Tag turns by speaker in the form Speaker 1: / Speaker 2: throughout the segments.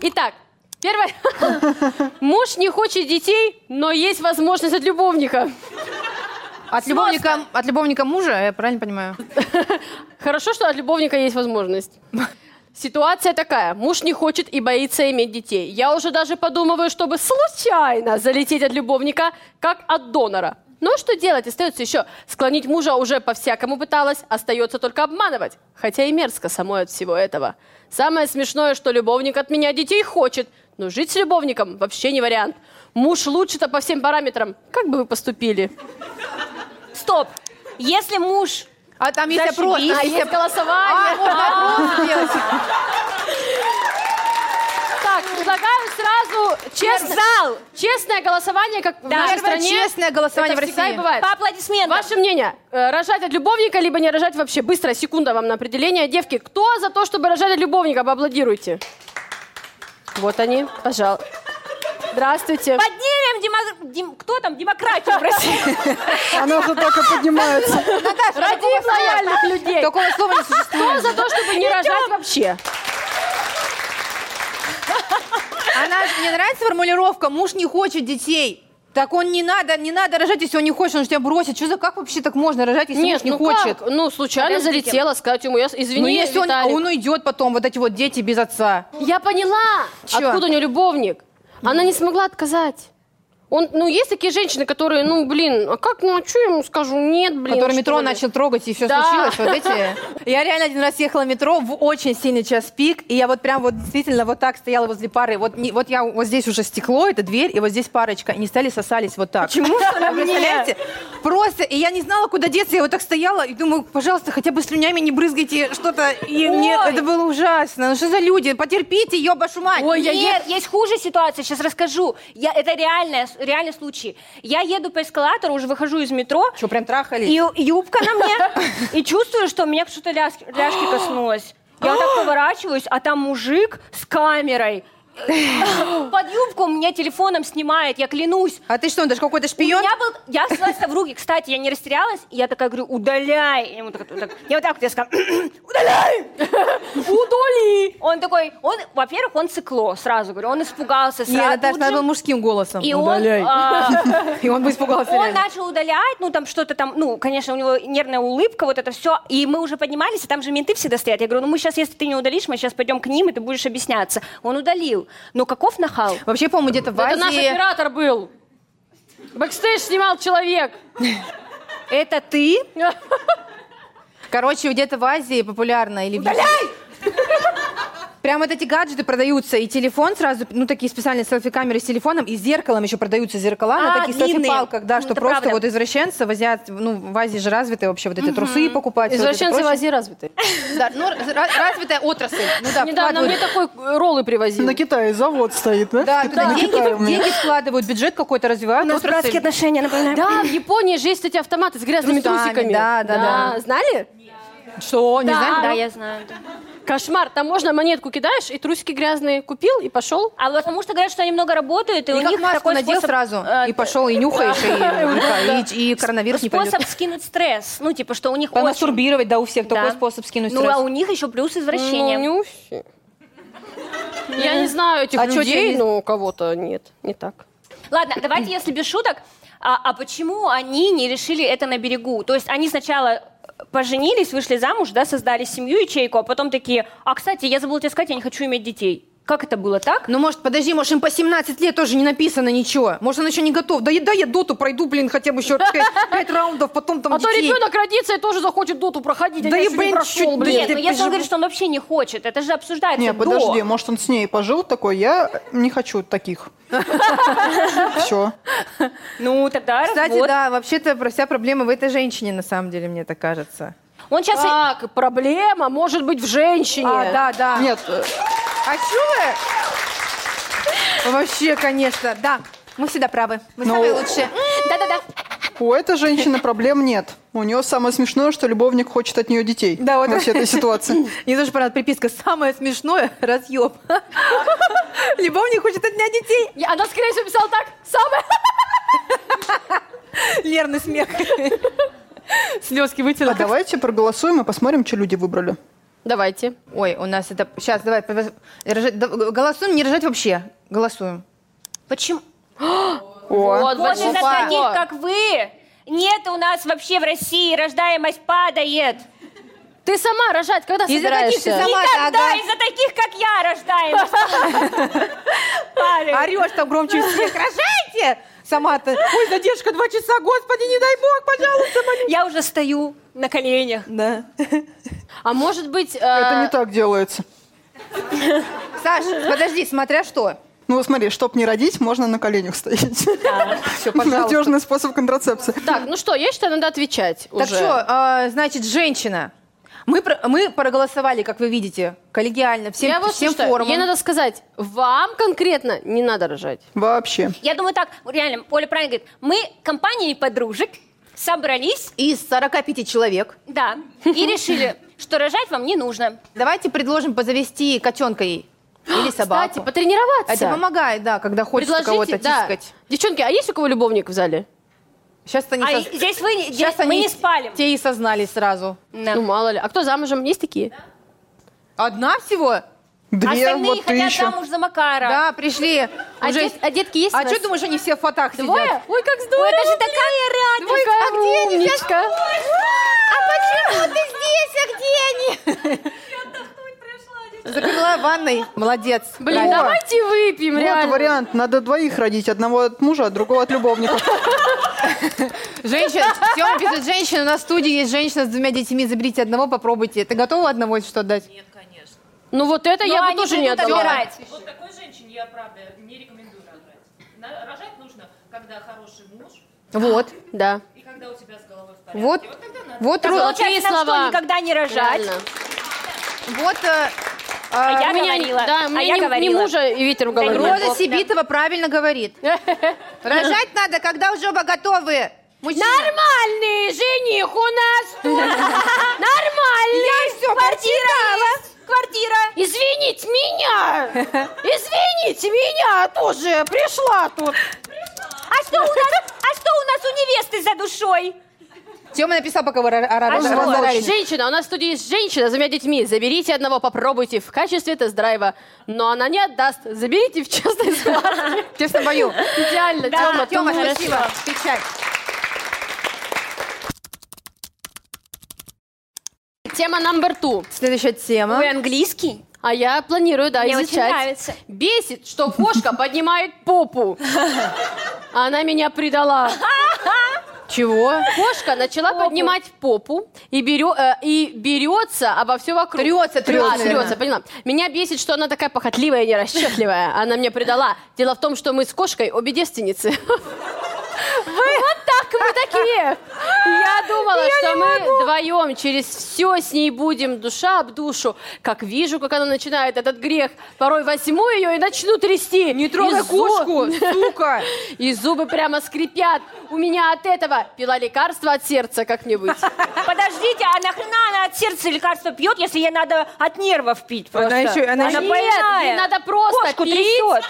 Speaker 1: Итак, первое. Муж не хочет детей, но есть возможность от любовника.
Speaker 2: От любовника, от любовника мужа, я правильно понимаю?
Speaker 1: Хорошо, что от любовника есть возможность. Ситуация такая. Муж не хочет и боится иметь детей. Я уже даже подумываю, чтобы случайно залететь от любовника, как от донора. Но что делать? Остается еще. Склонить мужа уже по-всякому пыталась. Остается только обманывать. Хотя и мерзко самой от всего этого. Самое смешное, что любовник от меня детей хочет. Но жить с любовником вообще не вариант. Муж лучше-то по всем параметрам. Как бы вы поступили?
Speaker 3: Стоп. Если муж...
Speaker 2: А там есть А.
Speaker 3: Зашибись.
Speaker 2: опрос.
Speaker 1: А есть А, голосование. Так, предлагаю сразу честно,
Speaker 3: Зал!
Speaker 1: честное голосование, как в нашей
Speaker 2: Первое
Speaker 1: стране.
Speaker 2: честное голосование
Speaker 1: Это
Speaker 2: в
Speaker 1: всегда и
Speaker 2: России.
Speaker 1: бывает.
Speaker 3: По аплодисментам.
Speaker 1: Ваше мнение, э, рожать от любовника, либо не рожать вообще? Быстро, секунда вам на определение. Девки, кто за то, чтобы рожать от любовника? Поаплодируйте. Вот они, пожалуйста. Здравствуйте.
Speaker 3: Поднимем демок- дем- Кто там? Демократию в России.
Speaker 4: Она же только поднимается.
Speaker 1: Родим лояльных людей.
Speaker 2: Такого слова не существует.
Speaker 1: Кто за то, чтобы не рожать вообще?
Speaker 2: Она, мне нравится формулировка «муж не хочет детей». Так он не надо, не надо рожать, если он не хочет, он же тебя бросит. Что за, как вообще так можно рожать, если муж не
Speaker 1: ну
Speaker 2: хочет?
Speaker 1: как? Ну, случайно
Speaker 3: Подождите.
Speaker 1: залетела, сказать ему, я с- извини,
Speaker 2: Ну, если он, а
Speaker 1: Виталик.
Speaker 2: он уйдет потом, вот эти вот дети без отца.
Speaker 1: Я поняла,
Speaker 2: Чё?
Speaker 1: откуда у нее любовник. Она не смогла отказать. Он, ну, есть такие женщины, которые, ну, блин, а как, ну, а что я ему скажу? Нет, блин. ну,
Speaker 2: который
Speaker 1: что
Speaker 2: метро
Speaker 1: ли.
Speaker 2: начал трогать, и все
Speaker 1: Да.
Speaker 2: случилось. Вот эти. Я реально один раз ехала в метро в очень сильный час пик, и я вот прям вот действительно вот так стояла возле пары. Вот, не- вот я вот здесь уже стекло, это дверь, и вот здесь парочка. И они стали сосались вот так. Почему? Представляете? Просто, и я не знала, куда деться. Я вот так стояла и думаю, пожалуйста, хотя бы слюнями не брызгайте что-то. И мне это было ужасно. Ну что за люди? Потерпите, ебашу мать.
Speaker 1: Ой, я е-
Speaker 3: Нет, есть хуже ситуация, сейчас расскажу. Я, это реальная, реальный случай. Я еду по эскалатору, уже выхожу из метро,
Speaker 2: Что, прям трахались?
Speaker 3: и юбка на мне, и чувствую, что меня что-то ляс- ляжки коснулось. Я вот так поворачиваюсь, а там мужик с камерой. Под юбку меня телефоном снимает, я клянусь.
Speaker 2: А ты что, он даже какой-то
Speaker 3: У
Speaker 2: шпион?
Speaker 3: меня был, я снялась в руки, кстати, я не растерялась, и я такая говорю, удаляй. Я, ему так- так- я вот так вот, я сказала, удаляй, удали. Он такой, он, во-первых, он цикло, сразу говорю, он испугался сразу.
Speaker 2: Нет, Наташа,
Speaker 3: же.
Speaker 2: надо было мужским голосом.
Speaker 3: и он, а,
Speaker 2: И он бы испугался
Speaker 3: он
Speaker 2: реально.
Speaker 3: начал удалять, ну там что-то там, ну, конечно, у него нервная улыбка, вот это все. И мы уже поднимались, и там же менты всегда стоят. Я говорю, ну мы сейчас, если ты не удалишь, мы сейчас пойдем к ним, и ты будешь объясняться. Он удалил. Но каков нахал?
Speaker 2: Вообще, по-моему, где-то в
Speaker 1: Это наш
Speaker 2: Азии...
Speaker 1: оператор был. Бэкстейдж снимал человек.
Speaker 3: Это ты?
Speaker 2: Короче, где-то в Азии популярно или в Японии. Прям вот эти гаджеты продаются, и телефон сразу, ну, такие специальные селфи-камеры с телефоном, и с зеркалом еще продаются зеркала
Speaker 3: А,
Speaker 2: на таких
Speaker 3: длинные.
Speaker 2: селфи-палках, да,
Speaker 3: Ну,
Speaker 2: что
Speaker 3: это
Speaker 2: просто
Speaker 3: правда.
Speaker 2: вот извращенцы в Азии, ну, в Азии же развитые вообще вот эти трусы покупать. всё вот это
Speaker 1: Извращенцы в
Speaker 2: прочее.
Speaker 1: Азии развиты.
Speaker 2: Да, ну, ра- развитая отрасль. Ну, да,
Speaker 1: Недавно
Speaker 2: вкладывают.
Speaker 1: мне такой э, роллы привозил.
Speaker 4: На Китае завод стоит, да?
Speaker 2: Да,
Speaker 4: В
Speaker 2: туда
Speaker 4: Китае, на Китае у
Speaker 2: деньги,
Speaker 4: меня.
Speaker 2: деньги вкладывают, бюджет какой-то развивают.
Speaker 3: У нас
Speaker 2: отрасль.
Speaker 3: братские отношения, напоминаю.
Speaker 1: Да, в Японии же есть эти автоматы с грязными
Speaker 2: Трусами,
Speaker 1: трусиками.
Speaker 2: да, да, да.
Speaker 1: Знали?
Speaker 2: Что, не
Speaker 1: Да.
Speaker 2: знаю, ну,
Speaker 3: Да, я знаю. да.
Speaker 1: Кошмар. Там можно монетку кидаешь, и трусики грязные купил и пошел.
Speaker 3: А вот потому что говорят, что они много работают, и,
Speaker 2: И
Speaker 3: у
Speaker 2: как
Speaker 3: них
Speaker 2: маску
Speaker 3: такой
Speaker 2: надел
Speaker 3: способ,
Speaker 2: сразу,
Speaker 3: э,
Speaker 2: и пошел, и нюхаешь, и- и, и коронавирус не пойдет.
Speaker 3: способ скинуть стресс. Ну, типа, что у них очень-
Speaker 2: Помастурбировать, да, у всех
Speaker 3: Да.
Speaker 2: такой способ скинуть
Speaker 3: Ну,
Speaker 2: стресс.
Speaker 3: а у них еще плюс извращение.
Speaker 1: Ну, не у всех. Я не знаю этих
Speaker 2: А чё тебе
Speaker 1: людей,
Speaker 2: не-
Speaker 1: но ну, у кого-то нет, не так.
Speaker 3: Ладно, давайте, если без шуток, а, а почему они не решили это на берегу? То есть они сначала э, поженились, вышли замуж, да, создали семью, ячейку, а потом такие, а, кстати, я забыла тебе сказать, я не хочу иметь детей. Как это было так?
Speaker 2: Ну, может, подожди, может, им по 17 лет тоже не написано ничего. Может, он еще не готов. Да, я- да я доту пройду, блин, хотя бы еще 5, раундов, потом там
Speaker 1: А то
Speaker 2: детей.
Speaker 1: ребенок родится и тоже захочет доту проходить. а
Speaker 2: Да
Speaker 1: я
Speaker 2: и,
Speaker 1: ещё не
Speaker 2: блин,
Speaker 1: прошёл,
Speaker 2: чуть-
Speaker 1: блин.
Speaker 3: Нет,
Speaker 2: ты
Speaker 3: ну если он
Speaker 2: пожив-
Speaker 3: говорит, что он вообще не хочет, это же обсуждается
Speaker 4: Не,
Speaker 3: до.
Speaker 4: подожди, может, он с ней пожил такой, я не хочу таких. Все.
Speaker 3: Ну, тогда
Speaker 2: Кстати,
Speaker 3: развод.
Speaker 2: да, вообще-то про- вся проблема в этой женщине, на самом деле, мне так кажется.
Speaker 3: Он сейчас...
Speaker 1: Так, проблема может быть в женщине.
Speaker 2: А, да, да.
Speaker 4: Нет, э,
Speaker 2: А чё вы? Вообще, конечно, да. Мы всегда правы. Мы
Speaker 4: Ну,
Speaker 2: самые лучшие.
Speaker 3: Да-да-да.
Speaker 4: у этой женщины проблем нет. У нее самое смешное, что любовник хочет от нее детей.
Speaker 2: Да, вот
Speaker 4: во всей этой ситуации.
Speaker 2: Мне тоже понравилась приписка. Самое смешное – разъеб. Любовник хочет от меня детей.
Speaker 1: Я- Она, скорее всего, писала так. Самое...
Speaker 2: Нервный смех. Слезки вытянула.
Speaker 4: А давайте проголосуем и посмотрим, что люди выбрали.
Speaker 1: Давайте.
Speaker 2: Ой, у нас это... Сейчас, давай, повез- рожать- да, голосуем, не рожать вообще. Голосуем.
Speaker 3: Почему?
Speaker 1: Вот,
Speaker 3: Вот
Speaker 1: большинство.
Speaker 3: из-за таких, как вы, нет у нас вообще в России, рождаемость падает.
Speaker 1: Ты сама рожать когда
Speaker 2: Из-за таких ты
Speaker 1: собираешься?
Speaker 2: сама- Тамара,
Speaker 3: Никогда
Speaker 2: ага.
Speaker 3: из-за таких, как я, рождаемость падает.
Speaker 2: Орешь там громче всех, рожайте! Сама-то, ой, задержка два часа, господи, не дай бог, пожалуйста, молю.
Speaker 3: Я уже стою на коленях.
Speaker 2: Да.
Speaker 1: А может быть... э,
Speaker 4: Это не так делается.
Speaker 2: Саша, подожди, смотря что.
Speaker 4: Ну, смотри, чтоб не родить, можно на коленях стоять.
Speaker 2: Все, пожалуйста.
Speaker 4: Надежный способ контрацепции.
Speaker 1: Так, ну что, я считаю, надо отвечать
Speaker 2: Так
Speaker 1: уже.
Speaker 2: что, а, значит, женщина. Мы, про- мы проголосовали, как вы видите, коллегиально, всем,
Speaker 1: я вот
Speaker 2: всем
Speaker 1: считаю,
Speaker 2: форумам.
Speaker 1: ей надо сказать, вам конкретно не надо рожать.
Speaker 4: Вообще.
Speaker 3: Я думаю так, вот реально, Поля правильно говорит, мы компанией подружек собрались,
Speaker 2: Из 45 человек.
Speaker 3: да, и решили, что рожать вам не нужно.
Speaker 2: Давайте предложим позавести котенка ей. Или собаку.
Speaker 1: Кстати, потренироваться.
Speaker 2: Это помогает, да, когда хочется кого-то
Speaker 1: да.
Speaker 2: тискать.
Speaker 1: Девчонки, а есть у кого любовник в зале?
Speaker 2: Сейчас они,
Speaker 3: А
Speaker 2: со-
Speaker 3: и- здесь вы
Speaker 2: Ну,
Speaker 3: не-
Speaker 2: щас
Speaker 3: здесь мы
Speaker 2: они
Speaker 3: не спали.
Speaker 2: Те и сознались сразу.
Speaker 1: Ну, мало ли. А кто замужем? Есть такие?
Speaker 2: Одна всего?
Speaker 4: Две,
Speaker 3: А Остальные
Speaker 4: вот ты
Speaker 3: хотят
Speaker 4: еще.
Speaker 3: замуж за Макара.
Speaker 2: Да, пришли.
Speaker 1: А,
Speaker 2: Уже-
Speaker 1: дет- а детки есть? у
Speaker 2: А
Speaker 1: вас?
Speaker 2: что думаешь, они все в фотах
Speaker 1: Двое?
Speaker 2: сидят?
Speaker 1: Ой, как здорово!
Speaker 3: это же такая
Speaker 1: блин! Ой,
Speaker 2: а где они? Я
Speaker 1: умничка.
Speaker 2: А почему ты здесь? А где они? Закрыла ванной. Молодец.
Speaker 1: Блин,
Speaker 2: Правильно.
Speaker 1: давайте выпьем,
Speaker 4: Вот
Speaker 1: реально.
Speaker 4: Ну, вариант. Надо двоих родить. Одного от мужа, а другого от любовника.
Speaker 2: Женщина, Сема пишет, женщина, у нас в студии есть женщина с двумя детьми, заберите одного, попробуйте. Ты готова одного что дать?
Speaker 1: Ну вот это
Speaker 3: Но
Speaker 1: я бы
Speaker 3: они
Speaker 1: тоже не
Speaker 3: придут
Speaker 1: отдала. Ну,
Speaker 3: отбирать.
Speaker 5: Вот такой женщине я, правда, не рекомендую рожать. На- Рожать нужно, когда хороший муж
Speaker 2: Вот,
Speaker 1: Да.
Speaker 5: и когда у тебя с головой в порядке.
Speaker 2: вот, вот,
Speaker 3: Так
Speaker 2: ру-
Speaker 3: получается,
Speaker 1: Золотые
Speaker 3: нам
Speaker 1: слова.
Speaker 3: что, никогда не рожать?
Speaker 1: Реально.
Speaker 2: вот э,
Speaker 3: А я
Speaker 1: У меня-
Speaker 3: говорила.
Speaker 1: Да, у меня
Speaker 3: а я
Speaker 1: не- не,
Speaker 3: говорила.
Speaker 1: мужа и ветер в
Speaker 3: Да
Speaker 1: голове.
Speaker 3: не
Speaker 1: нет.
Speaker 3: может.
Speaker 2: Роза
Speaker 3: Бог, да.
Speaker 2: Сибитова правильно говорит. Рожать надо, когда уже оба готовы. Мужчина.
Speaker 1: Нормальный жених у нас тут. Нормальный.
Speaker 3: Квартира! Квартира!
Speaker 1: Извините меня! Извините меня тоже! Пришла тут!
Speaker 3: А что у нас? А что у нас у невесты за душой?
Speaker 2: Тёма написал, пока вы ра- ра- ра-
Speaker 3: А что?
Speaker 2: разорались.
Speaker 1: Женщина, у нас в студии есть женщина с двумя детьми. Заберите одного, попробуйте в качестве тест-драйва. Но она не отдаст. Заберите в частной схватке.
Speaker 2: В честном бою.
Speaker 1: Идеально, Тёма,
Speaker 2: Тёма,
Speaker 1: ты умная.
Speaker 2: спасибо. Печать.
Speaker 1: Тема номер ту.
Speaker 2: Следующая тема.
Speaker 3: Ой, английский.
Speaker 1: А я планирую, да,
Speaker 3: Мне очень
Speaker 1: изучать.
Speaker 3: нравится.
Speaker 1: Бесит, что кошка поднимает попу. Она меня предала.
Speaker 2: Чего?
Speaker 1: Кошка начала поднимать попу и, берё- э, и берется обо все вокруг.
Speaker 2: Трется, трется,
Speaker 1: А, трется,
Speaker 2: наверное.
Speaker 1: поняла. Меня бесит, что она такая похотливая и нерасчетливая. Она мне предала. Дело в том, что мы с кошкой обе девственницы. Вот так мы такие. Я думала, что мы вдвоем через все с ней будем душа об душу. Как вижу, как она начинает этот грех, порой возьму ее и начну трясти. Не
Speaker 2: Трогай кошку, сука.
Speaker 1: и зубы прямо скрипят. У меня от этого пила лекарство от сердца, как мне быть.
Speaker 3: Подождите, а нахрена она от сердца лекарства пьет, если ей надо от нервов пить просто?
Speaker 2: Она еще- она еще-
Speaker 1: Нет,
Speaker 3: больная.
Speaker 1: ей надо просто
Speaker 3: Кошку
Speaker 1: пить
Speaker 3: трясет.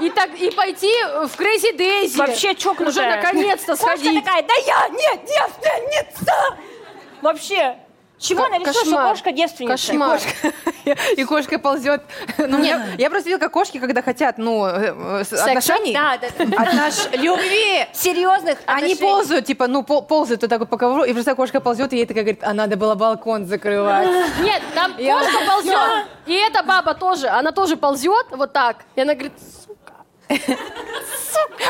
Speaker 1: и, так, и пойти в Крейзи Дейзи.
Speaker 3: Вообще чокнутая.
Speaker 1: Уже наконец-то
Speaker 3: Кошка
Speaker 1: сходить.
Speaker 3: такая, да я не девственница. Вообще. Чего
Speaker 1: Ко-
Speaker 3: она решила, что
Speaker 1: кошмар.
Speaker 3: кошка девственница?
Speaker 1: Кошмар.
Speaker 2: И кошка ползет. Ну, я, я просто видела, как кошки, когда хотят, ну, э, э, с- отношений,
Speaker 3: Да, да.
Speaker 2: отнош- любви,
Speaker 3: Серьезных
Speaker 2: Они
Speaker 3: отношений.
Speaker 2: ползают, типа, ну, пол- ползают вот так вот по ковру, и просто кошка ползет, и ей такая говорит, а надо было балкон закрывать.
Speaker 1: Нет, там кошка ползет. И эта баба тоже. Она тоже ползет вот так. И она говорит,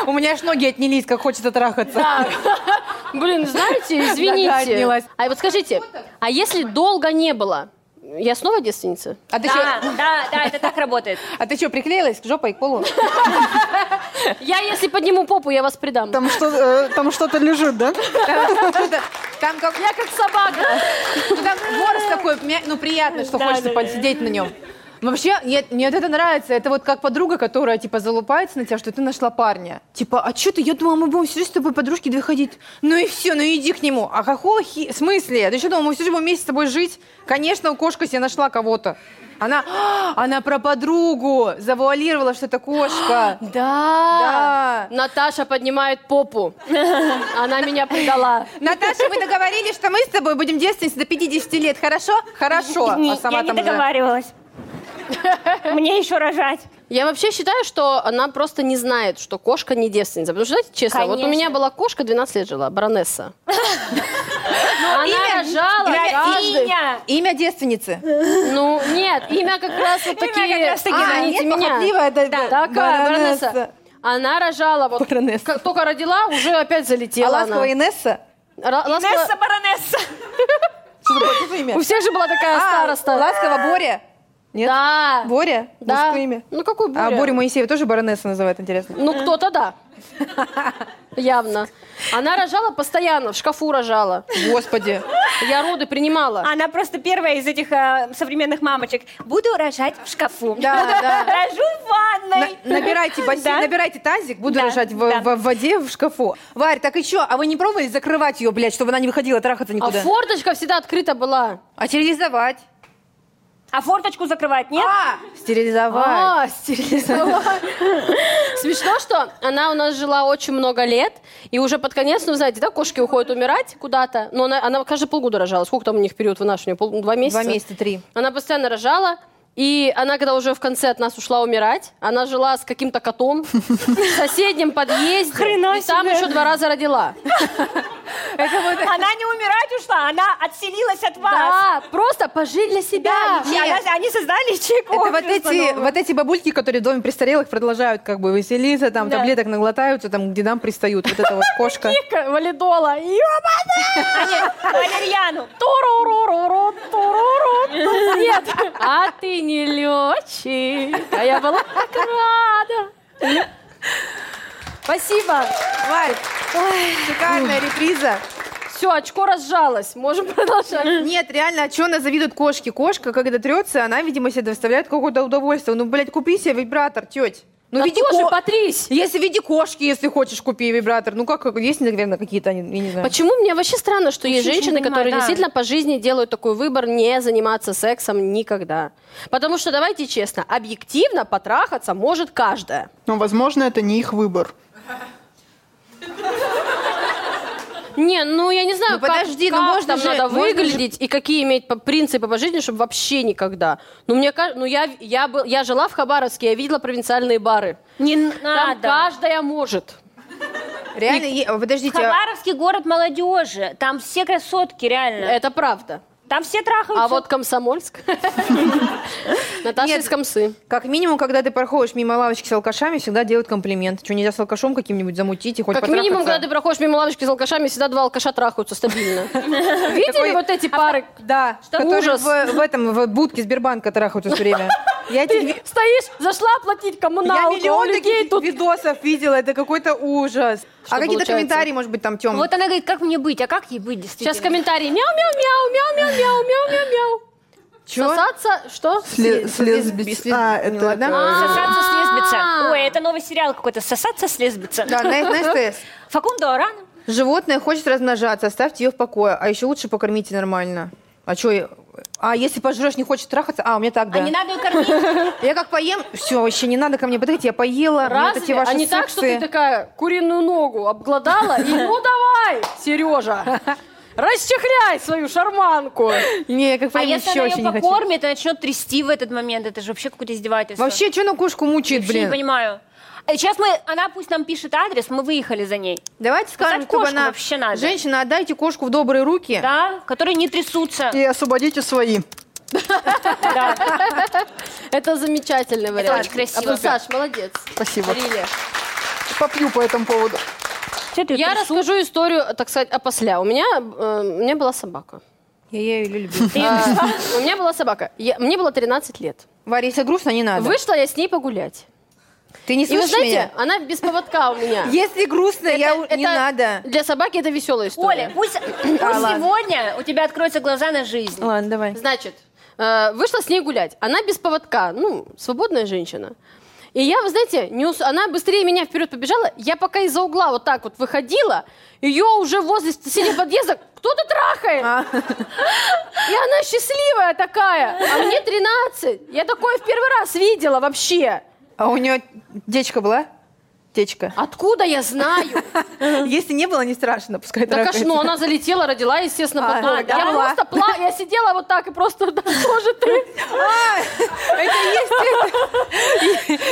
Speaker 2: У меня аж ноги отнялись, как хочется трахаться.
Speaker 1: «Да, блин, знаете, извините.
Speaker 2: отнялась.
Speaker 1: А вот скажите, а если долго не было, я снова девственница?
Speaker 2: А ты
Speaker 3: Да,
Speaker 2: что,
Speaker 3: да, да, это так работает.
Speaker 2: а ты что, приклеилась к жопой к полу?
Speaker 1: Я если подниму попу, я вас предам.
Speaker 4: Там что- э, там что-то лежит, да?
Speaker 2: Там как,
Speaker 1: Я как собака.
Speaker 2: ну, там ворс такой, мя- ну, приятно, что хочется посидеть на нем. Вообще, нет, мне вот это нравится. Это вот как подруга, которая, типа, залупается на тебя, что ты нашла парня. Типа, а что ты? Я думала, мы будем всю жизнь с тобой подружки две ходить. Ну и все, ну иди к нему. А какого хи... В смысле? Ты что думал, мы всю жизнь будем вместе с тобой жить? Конечно, кошка себе нашла кого-то. Она, «А, она про подругу завуалировала, что это кошка.
Speaker 1: Да.
Speaker 2: Да.
Speaker 1: Наташа поднимает попу. Она меня предала.
Speaker 2: Наташа, мы договорились, что мы с тобой будем девственницей до 50 лет, хорошо? Хорошо.
Speaker 3: Не,
Speaker 2: А сама
Speaker 3: я не
Speaker 2: там уже-
Speaker 3: договаривалась. Мне еще рожать.
Speaker 1: Я вообще считаю, что она просто не знает, что кошка не девственница. Потому что, знаете, честно, вот у
Speaker 3: Конечно.
Speaker 1: меня была кошка, 12 лет жила, баронесса. Она
Speaker 3: имя-
Speaker 1: рожала
Speaker 3: имя-
Speaker 1: каждый.
Speaker 3: имя.
Speaker 2: Имя девственницы.
Speaker 1: Ну, нет, имя как раз вот
Speaker 3: Имя
Speaker 1: такие...
Speaker 3: как раз таки,
Speaker 2: А,
Speaker 1: извините
Speaker 2: нет,
Speaker 1: меня.
Speaker 2: похотливая, да,
Speaker 1: Да,
Speaker 2: да,
Speaker 1: такая,
Speaker 2: баронесса.
Speaker 1: баронесса. Она рожала, вот
Speaker 2: Баронесса.
Speaker 1: как только родила, уже опять
Speaker 2: А
Speaker 1: залетела она.
Speaker 2: ласковая Инесса?
Speaker 1: Ра- ласкова-
Speaker 3: Несса Баронесса.
Speaker 2: Что такое это за имя?
Speaker 1: У всех же была такая староста.
Speaker 2: Ласково Боря? А, Нет?
Speaker 1: Да.
Speaker 2: Боря?
Speaker 1: Да.
Speaker 2: Мужское имя.
Speaker 1: Ну, какой Боря?
Speaker 2: А Борю Моисеева тоже баронесса называют, интересно.
Speaker 1: Ну, кто-то да. Явно. Она рожала постоянно, в шкафу рожала.
Speaker 2: Господи.
Speaker 1: Я роды
Speaker 2: А,
Speaker 1: принимала. А
Speaker 3: Она просто первая из этих э, современных мамочек. Буду рожать в шкафу.
Speaker 2: Да, да.
Speaker 3: Рожу в
Speaker 2: На-
Speaker 3: ванной.
Speaker 2: набирайте бассейн,
Speaker 3: Да.
Speaker 2: набирайте тазик, буду
Speaker 3: Да,
Speaker 2: лежать в,
Speaker 3: да.
Speaker 2: в- в воде в шкафу. Варь, так и чё, а вы не пробовали закрывать ее, блядь, чтобы она не выходила трахаться
Speaker 1: А
Speaker 2: никуда?
Speaker 1: форточка всегда открыта была.
Speaker 2: А стерилизовать.
Speaker 3: А форточку закрывать нет?
Speaker 2: А, стерилизовать.
Speaker 1: А, стерилизовала. Смешно, что она у нас жила очень много лет, и уже под конец, ну, знаете, да, кошки уходят умирать куда-то, но она, она каждые полгода рожала. Сколько там у них период вынашивания? Пол- два месяца?
Speaker 2: Два месяца, три.
Speaker 1: Она постоянно рожала, и она, когда уже в конце от нас ушла умирать, она жила с каким-то котом в соседнем подъезде.
Speaker 3: Хрена
Speaker 1: и там
Speaker 3: себе.
Speaker 1: еще два раза родила.
Speaker 3: Она не умирать ушла, она отселилась от вас.
Speaker 1: Да, просто пожить для себя.
Speaker 3: И она- они создали ячейку.
Speaker 2: Это вот
Speaker 3: общества
Speaker 2: эти,
Speaker 3: новую.
Speaker 2: вот эти бабульки, которые в доме престарелых продолжают как бы веселиться, там
Speaker 3: Да.
Speaker 2: таблеток наглотаются, там к дедам пристают. Вот эта вот кошка.
Speaker 1: Ика, Валидола. Ёбана!
Speaker 3: Валерьяну.
Speaker 1: Туруруруру, туруру. Нет. А ты не летчик. А я была так рада. Спасибо.
Speaker 2: Варь, шикарная реприза.
Speaker 1: Все, очко разжалось. Можем продолжать.
Speaker 2: Нет, реально, а что она завидует кошке? Кошка, когда трется, она, видимо, себе доставляет какое-то удовольствие. Ну, блядь, купи себе вибратор, теть. Ну,
Speaker 1: Да
Speaker 2: веди
Speaker 1: А тоже,
Speaker 2: ко-
Speaker 1: Патрись.
Speaker 2: Если в виде кошки, если хочешь, купи вибратор. Ну как, как- есть, наверное, какие-то, они, я не знаю.
Speaker 1: Почему мне вообще странно, что есть
Speaker 3: Вообще ничего
Speaker 1: женщины,
Speaker 3: не понимаю,
Speaker 1: которые
Speaker 3: да.
Speaker 1: действительно по жизни делают такой выбор не заниматься сексом никогда? Потому что давайте честно, объективно потрахаться может каждая.
Speaker 4: Но, Ну, возможно, это не их выбор.
Speaker 1: Не, ну я не знаю,
Speaker 2: Ну,
Speaker 1: как,
Speaker 2: подожди, ну,
Speaker 1: как
Speaker 2: можно
Speaker 1: там
Speaker 2: же-
Speaker 1: надо
Speaker 2: можно же-
Speaker 1: выглядеть и какие иметь по- принципы по жизни, чтобы вообще никогда. Ну мне кажется, ну я я был, я жила в Хабаровске, я видела провинциальные бары.
Speaker 3: Не
Speaker 2: А,
Speaker 1: Там
Speaker 3: надо.
Speaker 1: каждая может.
Speaker 2: Реально, е- подождите. а-
Speaker 3: Хабаровский город молодежи. Там все красотки, реально.
Speaker 1: Это правда.
Speaker 3: Там все трахаются.
Speaker 1: А вот Комсомольск. Наташа
Speaker 2: Нет.
Speaker 1: из Комсы.
Speaker 2: Как минимум, когда ты проходишь мимо лавочки с алкашами, всегда делают комплимент. Что, нельзя с алкашом каким-нибудь замутить и хоть
Speaker 1: Как минимум, когда
Speaker 2: потрахаться?
Speaker 1: ты проходишь мимо лавочки с алкашами, всегда два алкаша трахаются стабильно. Видели
Speaker 2: Такой- а
Speaker 1: вот эти пары?
Speaker 2: Да,
Speaker 1: Что-
Speaker 2: которые
Speaker 1: Ужас.
Speaker 2: В, в этом, в будке Сбербанка трахаются все время. Я эти ви-
Speaker 1: Ты стоишь, зашла платить
Speaker 2: Я
Speaker 1: коммуналку, у
Speaker 2: миллион
Speaker 1: людей
Speaker 2: таких
Speaker 1: тут...
Speaker 2: видосов видела, это какой-то ужас.
Speaker 1: Что
Speaker 2: а какие-то
Speaker 1: получается?
Speaker 2: комментарии, может быть, там темные?
Speaker 3: Вот она говорит, как мне быть, а как ей быть действительно?
Speaker 1: Сейчас комментарии. Мяу-мяу-мяу, мяу-мяу-мяу, мяу-мяу-мяу. Сосаться, что?
Speaker 4: Сле-
Speaker 2: слезбис-
Speaker 4: слезбис- А, это
Speaker 2: Ладно.
Speaker 4: такое.
Speaker 3: Сосаться с
Speaker 1: А-а-а.
Speaker 3: лесбица. Ой, это новый сериал какой-то. Сосаться с лесбица.
Speaker 2: Да, на, на СТС.
Speaker 3: Факундо Арана.
Speaker 2: Животное хочет размножаться, оставьте ее в покое. А еще лучше покормите нормально. А что, а если пожрешь, не хочет трахаться? А, у меня так, да.
Speaker 3: А не надо ее кормить.
Speaker 2: Я как поем, все, вообще не надо ко мне, подойти, я поела. мне вот эти
Speaker 1: Разве?
Speaker 2: Ну, ваши
Speaker 1: А не так, что ты
Speaker 2: суксы.
Speaker 1: такая куриную ногу обглодала и ну давай, Сережа, расчехляй свою шарманку.
Speaker 2: Не, я как
Speaker 3: А
Speaker 2: поем,
Speaker 3: если
Speaker 2: еще
Speaker 3: она
Speaker 2: вообще
Speaker 3: ее
Speaker 2: не хочу.
Speaker 3: покормит и начнет трясти в этот момент, это же вообще какое-то издевательство.
Speaker 2: Вообще, что на кошку мучает,
Speaker 3: Вообще не
Speaker 2: блин?
Speaker 3: понимаю. Э, Сейчас мы, она пусть нам пишет адрес, мы выехали за ней.
Speaker 2: Давайте скажем,
Speaker 3: кошку
Speaker 2: чтобы она...
Speaker 3: вообще надо.
Speaker 2: Женщина, отдайте кошку в добрые руки.
Speaker 3: Да, которые не трясутся.
Speaker 4: И освободите свои.
Speaker 3: Да.
Speaker 1: Это замечательный вариант.
Speaker 3: очень красиво.
Speaker 1: А вот, Саш, молодец.
Speaker 4: Спасибо.
Speaker 1: Рили.
Speaker 4: Попью по этому поводу.
Speaker 3: Чё ты
Speaker 1: Я
Speaker 3: тряс-
Speaker 1: расскажу историю, так сказать, опосля. У меня, э, у меня была собака. А.
Speaker 2: Я ее люблю.
Speaker 3: ты-
Speaker 1: У меня была собака. Я- мне было 13 лет.
Speaker 2: Варя, если грустно, не надо.
Speaker 1: Вышла я с ней погулять.
Speaker 2: Ты не
Speaker 1: И вы
Speaker 2: слышишь
Speaker 1: знаете,
Speaker 2: меня?
Speaker 1: она без поводка у меня.
Speaker 2: Если грустно, я... у- Не
Speaker 1: Это-
Speaker 2: надо.
Speaker 1: Для собаки это веселая история.
Speaker 3: Оля, пусть, пусть
Speaker 2: ладно.
Speaker 3: сегодня у тебя откроются глаза на жизнь.
Speaker 2: Ладно, давай.
Speaker 1: Значит, э, вышла с ней гулять. Она без поводка, ну, свободная женщина. И И я, вы знаете, не ус- она быстрее меня вперед побежала. Я пока из-за угла вот так вот выходила, ее уже возле соседнего подъезда кто-то трахает.
Speaker 2: А.
Speaker 1: И она счастливая такая. А мне 13. Я такое в первый раз видела вообще.
Speaker 2: А у нее течка была? Течка.
Speaker 1: Откуда я знаю?
Speaker 2: Если не было, не страшно, пускай
Speaker 1: Так аж,
Speaker 2: трахается.
Speaker 1: ну, она залетела, родила, естественно,
Speaker 2: А,
Speaker 1: потом.
Speaker 2: да,
Speaker 1: я
Speaker 2: была.
Speaker 1: просто пла... Я сидела вот так и просто, да что же ты?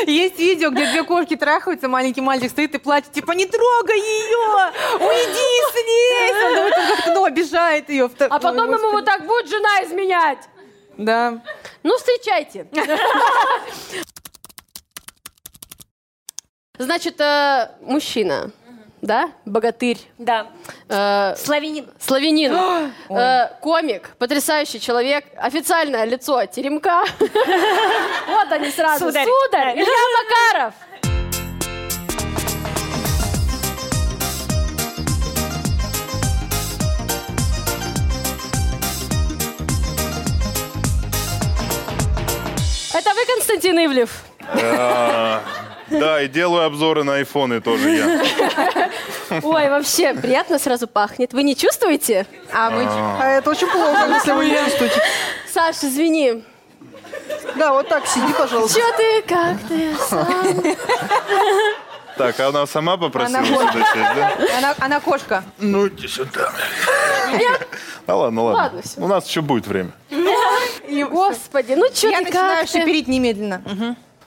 Speaker 2: Есть видео, где две кошки трахаются, маленький мальчик стоит и плачет, типа, не трогай ее, уйди с ней. Он думает, он как-то, ну, обижает ее.
Speaker 1: А потом ему вот так будет жена изменять.
Speaker 2: Да.
Speaker 1: Ну, встречайте. Значит, э, мужчина, да, богатырь,
Speaker 3: Да.
Speaker 1: э,
Speaker 3: Славянин.
Speaker 1: славянин, э, комик, потрясающий человек, официальное лицо теремка. Вот они сразу.
Speaker 3: Сударь.
Speaker 1: Сударь, Илья Макаров. Это вы, Константин Ивлев?
Speaker 6: А, Да, и делаю обзоры на айфоны тоже я.
Speaker 1: Ой, вообще, приятно сразу пахнет. Вы не чувствуете?
Speaker 2: А мы...
Speaker 4: А это очень плохо, если вы не чувствуете.
Speaker 1: Саш, извини.
Speaker 4: Да, вот так сиди, пожалуйста.
Speaker 1: Чё ты, как ты? сам?
Speaker 6: Так, а она сама попросила
Speaker 2: Она
Speaker 6: сюда сесть, да?
Speaker 2: Она, она кошка.
Speaker 6: Ну, иди сюда. Да ладно, ладно.
Speaker 1: Ладно, всё.
Speaker 6: У нас еще будет время.
Speaker 1: Господи, ну чё
Speaker 2: Я
Speaker 1: ты, как
Speaker 2: начинаю
Speaker 1: ты?
Speaker 2: шиперить немедленно.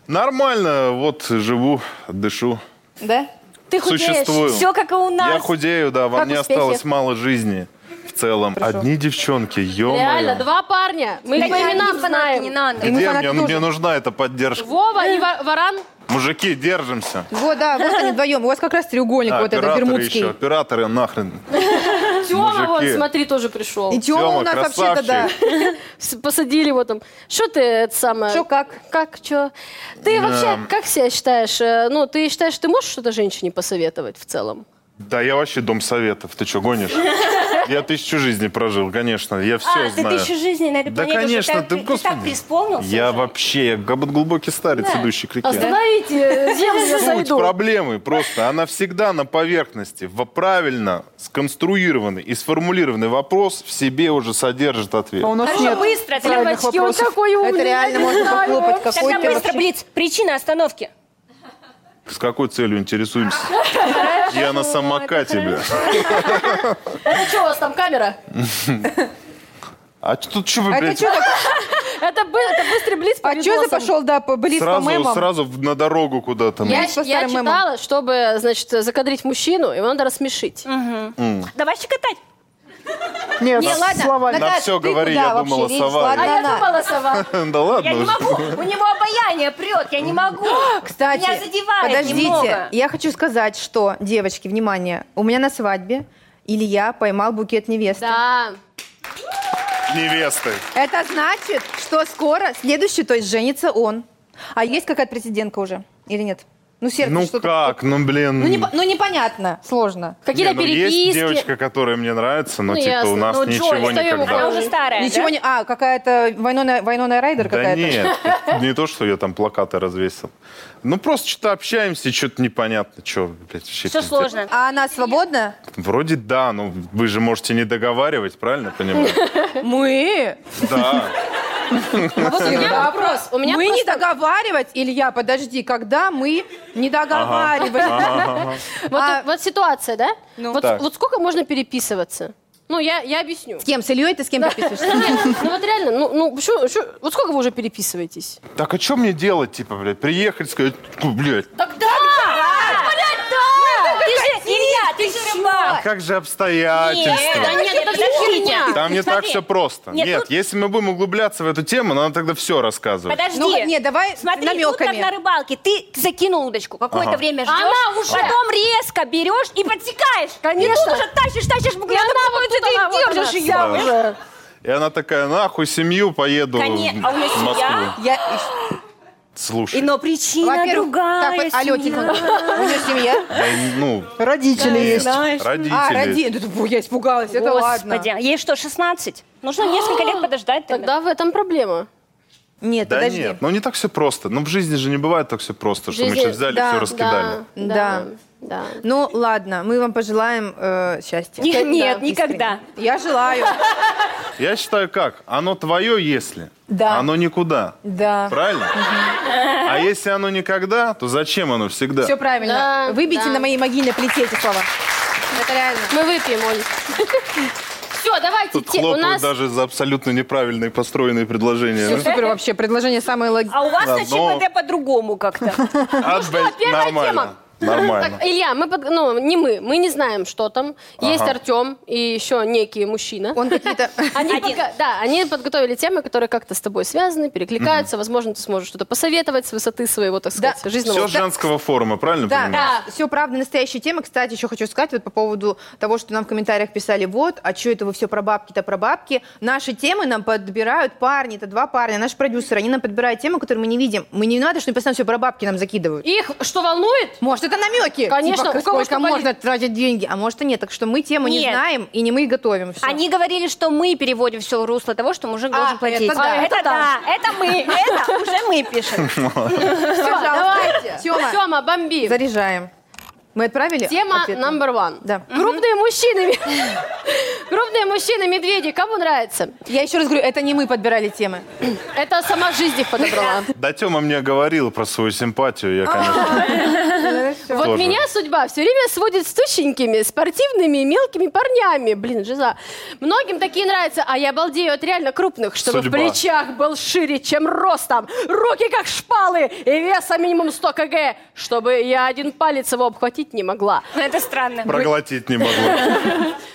Speaker 6: Нормально, вот живу, дышу,
Speaker 2: Да?
Speaker 1: Ты худеешь.
Speaker 6: существую.
Speaker 3: Все как и у нас.
Speaker 6: Я худею, да, во
Speaker 1: Как
Speaker 6: мне
Speaker 1: успехи?
Speaker 6: осталось мало жизни в целом. Одни девчонки,
Speaker 1: Реально,
Speaker 6: ё-моё.
Speaker 1: два парня. Мы их по именам знаем.
Speaker 3: Не надо.
Speaker 2: И мы
Speaker 6: Где
Speaker 2: фанаты
Speaker 6: мне, Ну, мне
Speaker 2: тоже.
Speaker 6: нужна эта поддержка?
Speaker 1: Вова и Ва- Варан.
Speaker 6: Мужики, держимся.
Speaker 2: Вот, да, вот они вдвоем. У вас как раз треугольник
Speaker 6: А,
Speaker 2: вот этот,
Speaker 6: операторы
Speaker 2: бермудский.
Speaker 6: еще, операторы нахрен.
Speaker 1: Тёма, вон,
Speaker 6: Мужики.
Speaker 1: смотри, тоже пришел.
Speaker 2: И Тёма у
Speaker 6: Тёма,
Speaker 2: нас вообще-то, да.
Speaker 6: красавчик.
Speaker 1: С- Посадили его там. Что ты это самое?
Speaker 2: Чё, как?
Speaker 1: Как, чё? Ты вообще, как себя считаешь? э, Ну, ты считаешь, ты можешь что-то женщине посоветовать в целом?
Speaker 6: Да я вообще дом советов, ты что, гонишь? Я тысячу жизней прожил, конечно, я все
Speaker 3: а, ты
Speaker 6: знаю.
Speaker 3: тысячу жизней на этой
Speaker 6: Да,
Speaker 3: планете уже
Speaker 6: конечно,
Speaker 3: так-
Speaker 6: ты,
Speaker 3: ты
Speaker 6: господи.
Speaker 3: так преисполнился
Speaker 6: Я
Speaker 3: уже.
Speaker 6: вообще, я как будто глубокий старец,
Speaker 3: Да.
Speaker 6: идущий к реке.
Speaker 1: Остановите, землю я
Speaker 6: Суть
Speaker 1: сойду.
Speaker 6: проблемы просто, она всегда на поверхности. В правильно сконструированный и сформулированный вопрос в себе уже содержит ответ.
Speaker 4: А у нас
Speaker 3: Хорошо,
Speaker 4: нет
Speaker 3: быстро,
Speaker 4: правильных
Speaker 3: девочки,
Speaker 1: Он
Speaker 4: вопросов.
Speaker 1: такой умный.
Speaker 2: Это
Speaker 1: я
Speaker 2: реально
Speaker 1: не
Speaker 2: можно
Speaker 1: знаю.
Speaker 2: похлопать какой-то
Speaker 3: Тогда быстро,
Speaker 2: вообще.
Speaker 3: Блиц, причина остановки.
Speaker 6: С какой целью интересуемся? Я на самокате.
Speaker 1: Это что у вас там, камера?
Speaker 6: А чё- тут что вы,
Speaker 2: А это
Speaker 6: блядь,
Speaker 2: что так?
Speaker 1: Это, бы- это быстрый блиц по
Speaker 2: А что ты
Speaker 1: видосам.
Speaker 2: пошел, да, по- близ по
Speaker 6: сразу,
Speaker 2: мемам?
Speaker 6: сразу в- на дорогу куда-то? ну?
Speaker 1: Я,
Speaker 2: Блиц по
Speaker 1: я
Speaker 2: старым
Speaker 1: читала,
Speaker 2: мемам.
Speaker 1: чтобы, значит, закадрить мужчину, его надо рассмешить.
Speaker 3: Давай щекотать.
Speaker 4: Нет,
Speaker 2: Не, ладно,
Speaker 4: слова нет.
Speaker 6: На
Speaker 2: Наташ,
Speaker 6: всё
Speaker 2: ты
Speaker 6: говори,
Speaker 2: куда
Speaker 6: я
Speaker 2: вообще
Speaker 6: думала,
Speaker 2: лезешь?
Speaker 6: сова.
Speaker 2: Ладно,
Speaker 1: А я
Speaker 2: она.
Speaker 1: думала, сова.
Speaker 6: ну? Да ладно
Speaker 3: Я не
Speaker 6: уже.
Speaker 3: могу, у него обаяние прет, я не могу.
Speaker 2: Кстати,
Speaker 3: Меня задевает
Speaker 2: подождите,
Speaker 3: немного.
Speaker 2: я хочу сказать, что, девочки, внимание, у меня на свадьбе Илья поймал букет невесты.
Speaker 1: Да.
Speaker 6: Невесты.
Speaker 2: Это значит, что скоро следующий, то есть женится он. А есть какая-то президентка уже или нет? Ну, сердце
Speaker 6: Ну
Speaker 2: что-то-
Speaker 6: как, ну блин.
Speaker 2: Ну, не по- ну, непонятно, сложно.
Speaker 1: Какие-то
Speaker 6: Не, ну,
Speaker 1: переписки.
Speaker 6: Есть девочка, которая мне нравится, но
Speaker 1: Ну,
Speaker 6: типа
Speaker 1: ясно.
Speaker 6: у нас
Speaker 1: Ну, Джой,
Speaker 6: ничего
Speaker 1: что я ему
Speaker 6: никогда.
Speaker 3: Она уже старая,
Speaker 2: Ничего
Speaker 3: Э, да?
Speaker 2: не... А, какая-то Вайнона, Вайнона Райдер
Speaker 6: Да
Speaker 2: какая-то?
Speaker 6: нет, не то, что я там плакаты развесил. Ну просто что-то общаемся, что-то непонятно, что, блядь, вообще.
Speaker 3: Все
Speaker 6: пиздец.
Speaker 3: сложно.
Speaker 2: А она свободна?
Speaker 6: Вроде да, но вы же можете не договаривать, правильно понимаю?
Speaker 2: Мы?
Speaker 6: Да.
Speaker 1: А
Speaker 2: Вот у меня вопрос.
Speaker 1: У меня
Speaker 2: мы не
Speaker 1: просто-
Speaker 2: договаривать, Илья, подожди, когда мы не договаривать?
Speaker 1: Вот,
Speaker 2: А-
Speaker 1: вот ситуация, да?
Speaker 2: Ну.
Speaker 1: вот,
Speaker 6: Так.
Speaker 1: вот сколько можно переписываться? Ну, я, я объясню.
Speaker 2: С кем? С Ильей ты с кем переписываешься?
Speaker 1: Нет, ну вот реально, ну, ну шо- шо- вот сколько вы уже переписываетесь?
Speaker 6: Так а что мне делать, типа, блядь, приехать, сказать, «Тьфу, блядь,
Speaker 3: А, Ты же, Илья, ты же рыбак.
Speaker 6: а как же обстоятельства?
Speaker 1: Да нет, это херня.
Speaker 6: Там не так
Speaker 3: Смотри.
Speaker 6: все просто.
Speaker 3: Нет,
Speaker 6: Нет,
Speaker 3: тут-
Speaker 6: если мы будем углубляться в эту тему, надо тогда все рассказывать.
Speaker 3: Подожди.
Speaker 2: Ну, не, давай
Speaker 3: Смотри, тут как на
Speaker 2: намеками.
Speaker 3: рыбалке. Ты закинул удочку, какое-то
Speaker 6: Ага.
Speaker 3: время ждешь,
Speaker 1: Она уже-
Speaker 3: потом резко берешь и подсекаешь.
Speaker 1: Конечно.
Speaker 3: И тут уже тащишь, тащишь, а
Speaker 1: И
Speaker 3: буквально
Speaker 1: она вот
Speaker 3: ты
Speaker 1: тут, она, вот она,
Speaker 3: держишь ее.
Speaker 1: вся уже.
Speaker 6: И она такая, нахуй семью поеду
Speaker 3: Коне-
Speaker 6: в
Speaker 3: а у неё семья?
Speaker 6: Москву.
Speaker 2: Я-
Speaker 6: Слушай,
Speaker 3: И но причина
Speaker 2: Во-первых,
Speaker 3: другая.
Speaker 2: так, э, алло,
Speaker 3: семья.
Speaker 2: телефон. У нее семья?
Speaker 6: да, ну,
Speaker 4: Родители есть.
Speaker 6: нет, родители.
Speaker 2: А, ради... да, фу, Я испугалась, это ладно.
Speaker 3: Господи, ей что, 16? Нужно несколько лет подождать А, тогда.
Speaker 1: Тогда в этом проблема.
Speaker 2: Нет,
Speaker 6: Да
Speaker 2: подожди.
Speaker 6: нет, ну не так все просто. Ну в жизни же не бывает так все просто, что мы
Speaker 1: Жизнь-
Speaker 6: сейчас взяли и
Speaker 2: да,
Speaker 6: все
Speaker 2: да.
Speaker 6: раскидали.
Speaker 1: Да,
Speaker 2: Да.
Speaker 1: да.
Speaker 2: Ну, ладно, мы вам пожелаем э, счастья.
Speaker 3: Не-
Speaker 2: Да,
Speaker 3: нет,
Speaker 2: искренне.
Speaker 3: никогда.
Speaker 2: Я желаю.
Speaker 6: Я считаю как? Оно твое, если.
Speaker 2: Да.
Speaker 6: Оно никуда.
Speaker 2: Да.
Speaker 6: Правильно? А если оно никогда, то зачем оно всегда?
Speaker 2: Все правильно.
Speaker 1: Да,
Speaker 2: Выбейте
Speaker 1: да.
Speaker 2: на моей могильной плите эти слова. Это реально.
Speaker 1: Мы выпьем, Оль. Все, давайте.
Speaker 6: Тут
Speaker 1: те- У
Speaker 6: хлопают
Speaker 1: нас
Speaker 6: даже за абсолютно неправильные построенные предложения.
Speaker 2: Все
Speaker 6: да?
Speaker 2: супер вообще. Предложение самое логичное.
Speaker 3: А у вас на
Speaker 6: Одно.
Speaker 3: ЧПД по-другому как-то.
Speaker 6: А, блядь,
Speaker 1: первая
Speaker 6: нормально. Нормально.
Speaker 1: Так, Илья, мы, под- ну, не мы, мы не знаем, что там. Есть
Speaker 6: Ага.
Speaker 1: Артем и еще некий мужчина.
Speaker 2: Он какие-то...
Speaker 1: Они
Speaker 3: Один.
Speaker 1: подго- да, они подготовили темы, которые как-то с тобой связаны, перекликаются. Возможно, ты сможешь что-то посоветовать с высоты своего, так
Speaker 2: Да.
Speaker 1: сказать, жизненного
Speaker 6: Все женского форума, правильно
Speaker 2: Да,
Speaker 6: понимаю?
Speaker 2: да, все правда, настоящая тема. Кстати, еще хочу сказать вот по поводу того, что нам в комментариях писали, вот, а что это вы все про бабки-то, про бабки. Наши темы нам подбирают парни, это два парня, наши продюсеры, они нам подбирают темы, которые мы не видим. Мы не надо, что они постоянно все про бабки нам закидывают.
Speaker 1: Их что волнует?
Speaker 2: Может, это намеки?
Speaker 1: Конечно,
Speaker 2: Типа,
Speaker 1: у кого
Speaker 2: сколько
Speaker 1: что
Speaker 2: можно тратить деньги, а может и нет. Так что мы тему не
Speaker 3: Нет.
Speaker 2: знаем, и не мы готовим все.
Speaker 3: Они говорили, что мы переводим все в русло того, что мужик
Speaker 2: А,
Speaker 3: должен платить.
Speaker 2: это да.
Speaker 3: это, да. это мы, это уже мы пишем.
Speaker 2: Пожалуйста, Тёма,
Speaker 1: Сема, бомби.
Speaker 2: заряжаем. Мы отправили
Speaker 1: Тема
Speaker 2: ответ?
Speaker 1: number one.
Speaker 2: Да.
Speaker 1: Крупные мужчины. Крупные мужчины, медведи, кому нравится?
Speaker 2: Я еще раз говорю, это не мы подбирали темы.
Speaker 1: Это сама жизнь их подобрала.
Speaker 6: Да Тёма мне говорил про свою симпатию, я, конечно,
Speaker 1: Вот
Speaker 6: Тоже.
Speaker 1: меня судьба все время сводит с тощенькими, спортивными и мелкими парнями. Блин, жиза. Многим такие нравятся, а я балдею от реально крупных, чтобы
Speaker 6: Судьба.
Speaker 1: в плечах был шире, чем ростом, руки как шпалы и веса минимум 100 кг, чтобы я один палец его обхватить не могла.
Speaker 3: Это странно.
Speaker 6: проглотить не могу.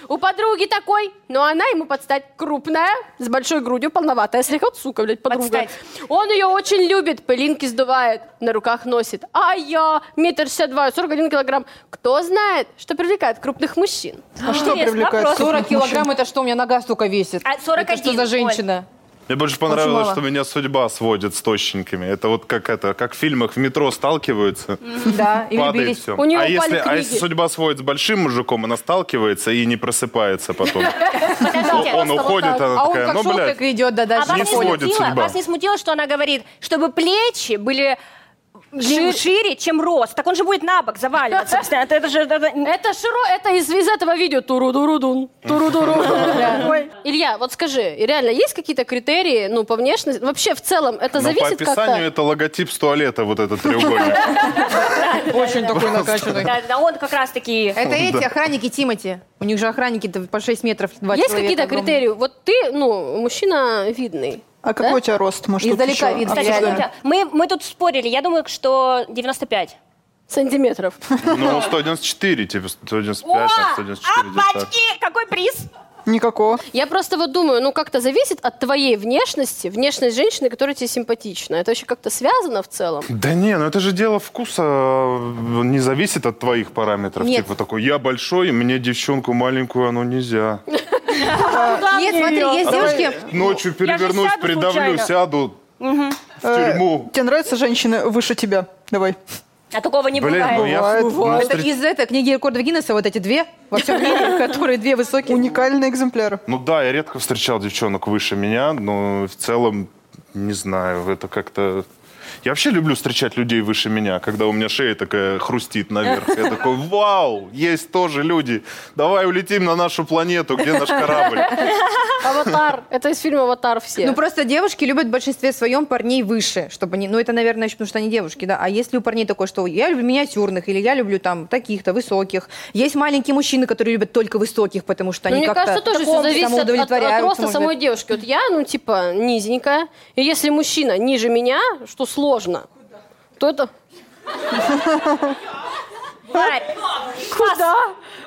Speaker 1: У подруги такой, но она ему подстать крупная, с большой грудью, полноватая, слегка вот сука, блядь, подруга.
Speaker 3: Подстать.
Speaker 1: Он ее очень любит, пылинки сдувает, на руках носит. А я метр шестьдесят два, сорок один килограмм. Кто знает, что привлекает крупных мужчин?
Speaker 4: А что
Speaker 3: Интересно,
Speaker 4: привлекает
Speaker 3: вопрос.
Speaker 2: 40
Speaker 4: крупных мужчин?
Speaker 2: килограмм это что? У меня нога столько весит.
Speaker 3: А, 41,
Speaker 2: Это что за женщина?
Speaker 6: Мне больше понравилось,
Speaker 2: мало.
Speaker 6: что меня судьба сводит с тощенькими. Это вот как это, как в фильмах в метро сталкиваются,
Speaker 2: Да, и
Speaker 6: падает
Speaker 2: влюбились.
Speaker 6: все.
Speaker 1: У неё
Speaker 6: А
Speaker 1: упали
Speaker 6: если, а если
Speaker 1: книги.
Speaker 6: судьба сводит с большим мужиком, она сталкивается и не просыпается потом.
Speaker 3: Подождите.
Speaker 6: Он уходит, она
Speaker 2: А он
Speaker 6: такая,
Speaker 2: как
Speaker 6: ну,
Speaker 2: шел,
Speaker 6: блядь,
Speaker 2: так и идет, да,
Speaker 3: А
Speaker 2: дальше.
Speaker 3: вас не,
Speaker 6: Не сводит
Speaker 3: смутило,
Speaker 6: судьба.
Speaker 3: вас не смутило, что она говорит, чтобы плечи были шире, шире, чем рост. Так он же будет на бок заваливаться. постоянно. Это, это же это-
Speaker 1: Это широ, это из, из этого видео. Туру-дуру-дун, туру-дуру. Ой. Илья, вот скажи, реально есть какие-то критерии, ну, по внешности? Вообще, в целом, это
Speaker 6: Ну, по
Speaker 1: зависит как-то?
Speaker 6: описанию это логотип с туалета, вот этот треугольник.
Speaker 2: Очень такой накачанный.
Speaker 3: да, да, он как раз таки.
Speaker 2: Это эти охранники Тимати. У них же охранники по 6 метров, два
Speaker 1: Есть
Speaker 2: человека
Speaker 1: какие-то
Speaker 2: огромных.
Speaker 1: критерии? Вот ты, ну, мужчина видный.
Speaker 4: А какой у тебя рост? Может, тут
Speaker 2: Издалека
Speaker 4: еще
Speaker 2: видно,
Speaker 3: Кстати,
Speaker 4: обсудим?
Speaker 2: реально.
Speaker 3: что-то- мы, мы тут спорили. Я думаю, что 95.
Speaker 1: Сантиметров.
Speaker 6: Ну, 194, типа 195, там, 194, где-то так.
Speaker 3: Опачки! Какой приз?
Speaker 4: А, Никакого.
Speaker 1: Я просто вот думаю, ну как-то зависит от твоей внешности, внешность женщины, которая тебе симпатична. Это вообще как-то связано в целом?
Speaker 6: Да не, ну это же дело вкуса, э, не зависит от твоих параметров.
Speaker 2: Нет.
Speaker 6: Типа такой, я большой, мне девчонку маленькую, оно нельзя.
Speaker 2: Нет, смотри, есть девушки,
Speaker 6: А Ночью перевернусь,
Speaker 3: сяду
Speaker 6: придавлю,
Speaker 3: случайно.
Speaker 6: сяду в тюрьму.
Speaker 4: Э, Тебе нравятся женщины выше тебя? Давай.
Speaker 3: А такого не
Speaker 6: Блин,
Speaker 3: бывает.
Speaker 6: ну я...
Speaker 4: Бывает,
Speaker 6: ну,
Speaker 4: бывает.
Speaker 2: Это
Speaker 6: встреч-
Speaker 2: из этой книги рекордов Гиннесса вот эти две во всем мире, которые две высокие.
Speaker 4: Уникальные экземпляры.
Speaker 6: ну да, я редко встречал девчонок выше меня, но в целом, не знаю, это как-то... Я вообще люблю встречать людей выше меня, когда у меня шея такая хрустит наверх. Я такой, вау, есть тоже люди. Давай улетим на нашу планету, где наш корабль.
Speaker 1: Аватар. Это из фильма «Аватар» все.
Speaker 2: Ну просто девушки любят в большинстве своем парней выше, чтобы они, ну это наверное еще потому что они девушки, да. А если у парней такое, что я люблю миниатюрных или я люблю там таких-то высоких, есть маленькие мужчины, которые любят только высоких, потому что
Speaker 1: Ну,
Speaker 2: они
Speaker 1: мне
Speaker 2: как-то
Speaker 1: кажется, тоже все
Speaker 2: таком
Speaker 1: зависит от, от- от
Speaker 2: самоудовлетворяются,
Speaker 1: роста
Speaker 2: может
Speaker 1: самой
Speaker 2: быть.
Speaker 1: девушки. Вот я, ну, типа, низенькая. И если мужчина ниже меня, что сложно, то это...
Speaker 3: Ларь,
Speaker 1: Куда?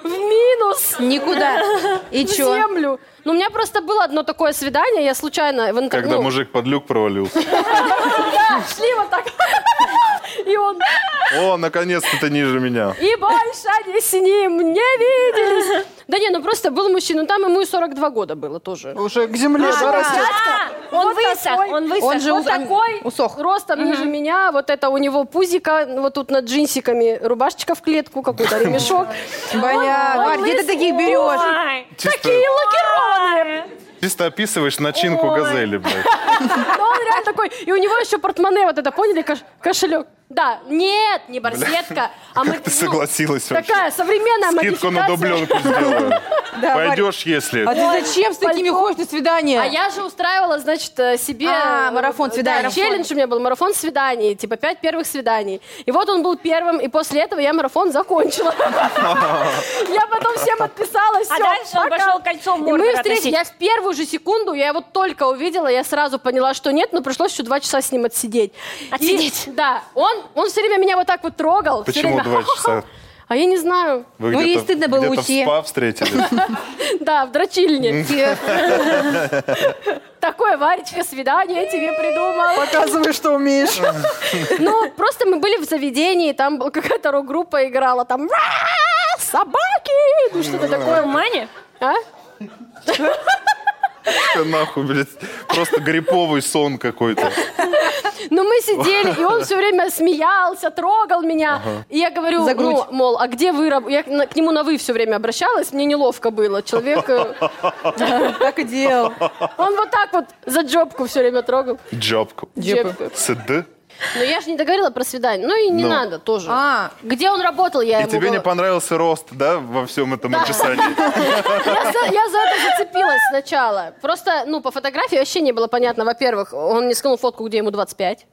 Speaker 1: В минус!
Speaker 2: Никуда. И
Speaker 1: В
Speaker 2: чё?
Speaker 1: землю. Ну, у меня просто было одно такое свидание, я случайно в интернете...
Speaker 6: Когда мужик под люк провалился.
Speaker 1: Да, шли вот так. И он...
Speaker 6: О, наконец-то ты ниже меня.
Speaker 1: И больше они с ним не виделись. Да не, ну просто был мужчина, там ему и 42 года было тоже.
Speaker 4: Уже к земле да, растет.
Speaker 3: а, Он высох,
Speaker 1: такой.
Speaker 3: он высох.
Speaker 2: Он же
Speaker 1: Вот
Speaker 2: ус- он
Speaker 1: такой,
Speaker 2: усох.
Speaker 1: ростом ниже меня, вот это у него пузика, вот тут над джинсиками рубашечка в клетку, какой-то ремешок.
Speaker 2: Бля,
Speaker 1: он
Speaker 2: Варь, где ты
Speaker 1: лысый.
Speaker 2: таких берешь?
Speaker 3: Ой.
Speaker 6: Чисто,
Speaker 1: Такие лакированные.
Speaker 6: чисто Чисто описываешь начинку
Speaker 1: Ой.
Speaker 6: газели, блядь.
Speaker 1: Но он реально такой, и у него еще портмоне, вот это, поняли, кош- кошелек. Да, нет, не барсетка, а мы...
Speaker 6: Как ты
Speaker 1: ну,
Speaker 6: согласилась вообще?
Speaker 1: Такая современная
Speaker 6: Скидку на
Speaker 1: модификация.
Speaker 6: дубленку сделаю.
Speaker 2: Да,
Speaker 6: Пойдешь, если...
Speaker 2: А ты зачем с такими ходишь на свидание?
Speaker 1: А я же устраивала, значит, э, себе...
Speaker 2: Э. А,
Speaker 1: э,
Speaker 2: марафон
Speaker 1: да,
Speaker 2: свиданий.
Speaker 1: челлендж у меня был, марафон свиданий, типа пять первых свиданий. И вот он был первым, и после этого я марафон закончила. Я потом всем отписалась,
Speaker 3: А
Speaker 1: всё,
Speaker 3: дальше он
Speaker 1: пока.
Speaker 3: пошел кольцом
Speaker 1: И мы
Speaker 3: мордор
Speaker 1: встретились,
Speaker 3: относить.
Speaker 1: я в первую же секунду, я его только увидела, я сразу поняла, что нет, но пришлось еще два часа с ним отсидеть. И-
Speaker 3: Отсидеть?
Speaker 1: да, он, он все время меня вот так вот трогал. всё
Speaker 6: Почему
Speaker 1: время,
Speaker 6: два часа?
Speaker 1: А я не знаю.
Speaker 6: Вы
Speaker 2: Ну, ей
Speaker 6: где-то-
Speaker 2: стыдно было
Speaker 6: где-то
Speaker 2: уйти.
Speaker 6: в спа встретились.
Speaker 1: Да, в дрочильне.
Speaker 2: Те-
Speaker 1: Такое, Варечка, свидание я тебе придумала.
Speaker 4: Показывай, что умеешь.
Speaker 6: Э,
Speaker 1: Ну, просто мы были в заведении, там была какая-то рок-группа играла, там «Ра! собаки, ну что-то такое.
Speaker 3: Мане?
Speaker 1: А?
Speaker 6: Ты Нахуй, блядь. Просто гриповый сон какой-то.
Speaker 1: Ну, мы сидели, и он все время смеялся, трогал меня. И я говорю,
Speaker 2: За грудь.
Speaker 1: ну, мол, а где вы раб- Я к- на- к нему на «вы» все время обращалась, мне неловко было. Человек, э,
Speaker 2: Так и делал.
Speaker 1: он вот так вот за джобку все время трогал.
Speaker 6: Джабку.
Speaker 1: Джебку.
Speaker 6: СД.
Speaker 1: Но я же не договорила про свидание. Ну, и не
Speaker 6: Ну.
Speaker 1: надо тоже.
Speaker 2: А,
Speaker 1: Где он работал, я
Speaker 6: И
Speaker 1: ему
Speaker 6: тебе не
Speaker 1: говорю.
Speaker 6: понравился рост, да, во всем этом описании?
Speaker 1: Я за, я за это зацепилась сначала. Просто, ну, по фотографии вообще не было понятно. Во-первых, он мне скинул фотку, где ему 25.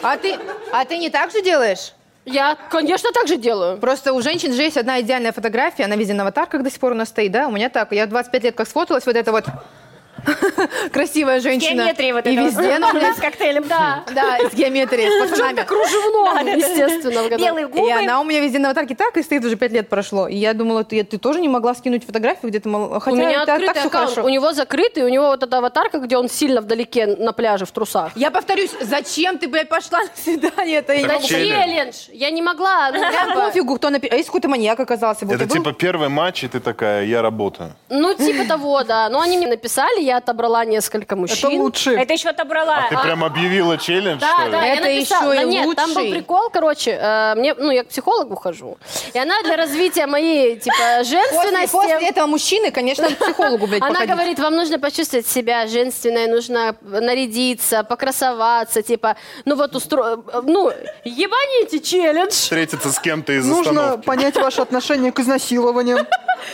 Speaker 2: а ты, а ты не так же делаешь?
Speaker 1: Я, конечно, так же делаю.
Speaker 2: Просто у женщин же есть одна идеальная фотография, она везде на аватарках до сих пор у нас стоит, да? У меня так, я в 25 лет как сфоталась, вот эта вот красивая женщина.
Speaker 3: Геометрия вот
Speaker 2: И
Speaker 3: эта вот.
Speaker 2: везде она, блядь,
Speaker 3: С коктейлем. Да.
Speaker 2: да, из геометрии, с пацанами.
Speaker 1: Кружевном, естественно. в году.
Speaker 3: Белые
Speaker 2: И
Speaker 3: губы.
Speaker 2: она у меня везде на аватарке так и стоит, уже 5 лет прошло. И я думала, ты, ты тоже не могла скинуть фотографию где-то, мол, хотя
Speaker 1: У меня
Speaker 2: это так
Speaker 1: открытый
Speaker 2: все
Speaker 1: аккаунт.
Speaker 2: хорошо.
Speaker 1: У него закрытый, у него вот эта аватарка, где он сильно вдалеке на пляже в трусах.
Speaker 2: Я повторюсь, зачем ты, блядь, пошла на свидание? Это
Speaker 6: Так
Speaker 2: я не-
Speaker 6: челлендж.
Speaker 1: Челлендж. Я не могла. ну,
Speaker 2: Да
Speaker 1: как бы.
Speaker 2: пофигу, кто напи- А если какой-то маньяк оказался? бы,
Speaker 6: Это
Speaker 2: ты был-
Speaker 6: типа первый матч, и ты такая, я работаю.
Speaker 1: Ну, типа того, да. Но они мне написали, я отобрала несколько
Speaker 4: Это
Speaker 1: мужчин.
Speaker 4: лучше.
Speaker 3: А Это еще отобрала.
Speaker 6: Ты прям объявила челлендж, что
Speaker 1: Да,
Speaker 6: ли?
Speaker 1: да, я
Speaker 2: Это
Speaker 1: написала.
Speaker 2: еще и
Speaker 1: Да нет, там был
Speaker 2: лучший.
Speaker 1: прикол, короче, э, мне, ну, я к психологу хожу, и она для развития моей, типа,
Speaker 2: После,
Speaker 1: женственности...
Speaker 2: после этого мужчины, конечно, к психологу, блядь,
Speaker 1: Она
Speaker 2: походить.
Speaker 1: говорит, вам нужно почувствовать себя женственной, нужно нарядиться, покрасоваться, типа, ну вот устро... э, Ну, ебаните челлендж!
Speaker 6: Встретиться с кем-то из
Speaker 4: Нужно
Speaker 6: остановки.
Speaker 4: понять ваше отношение к изнасилованиям.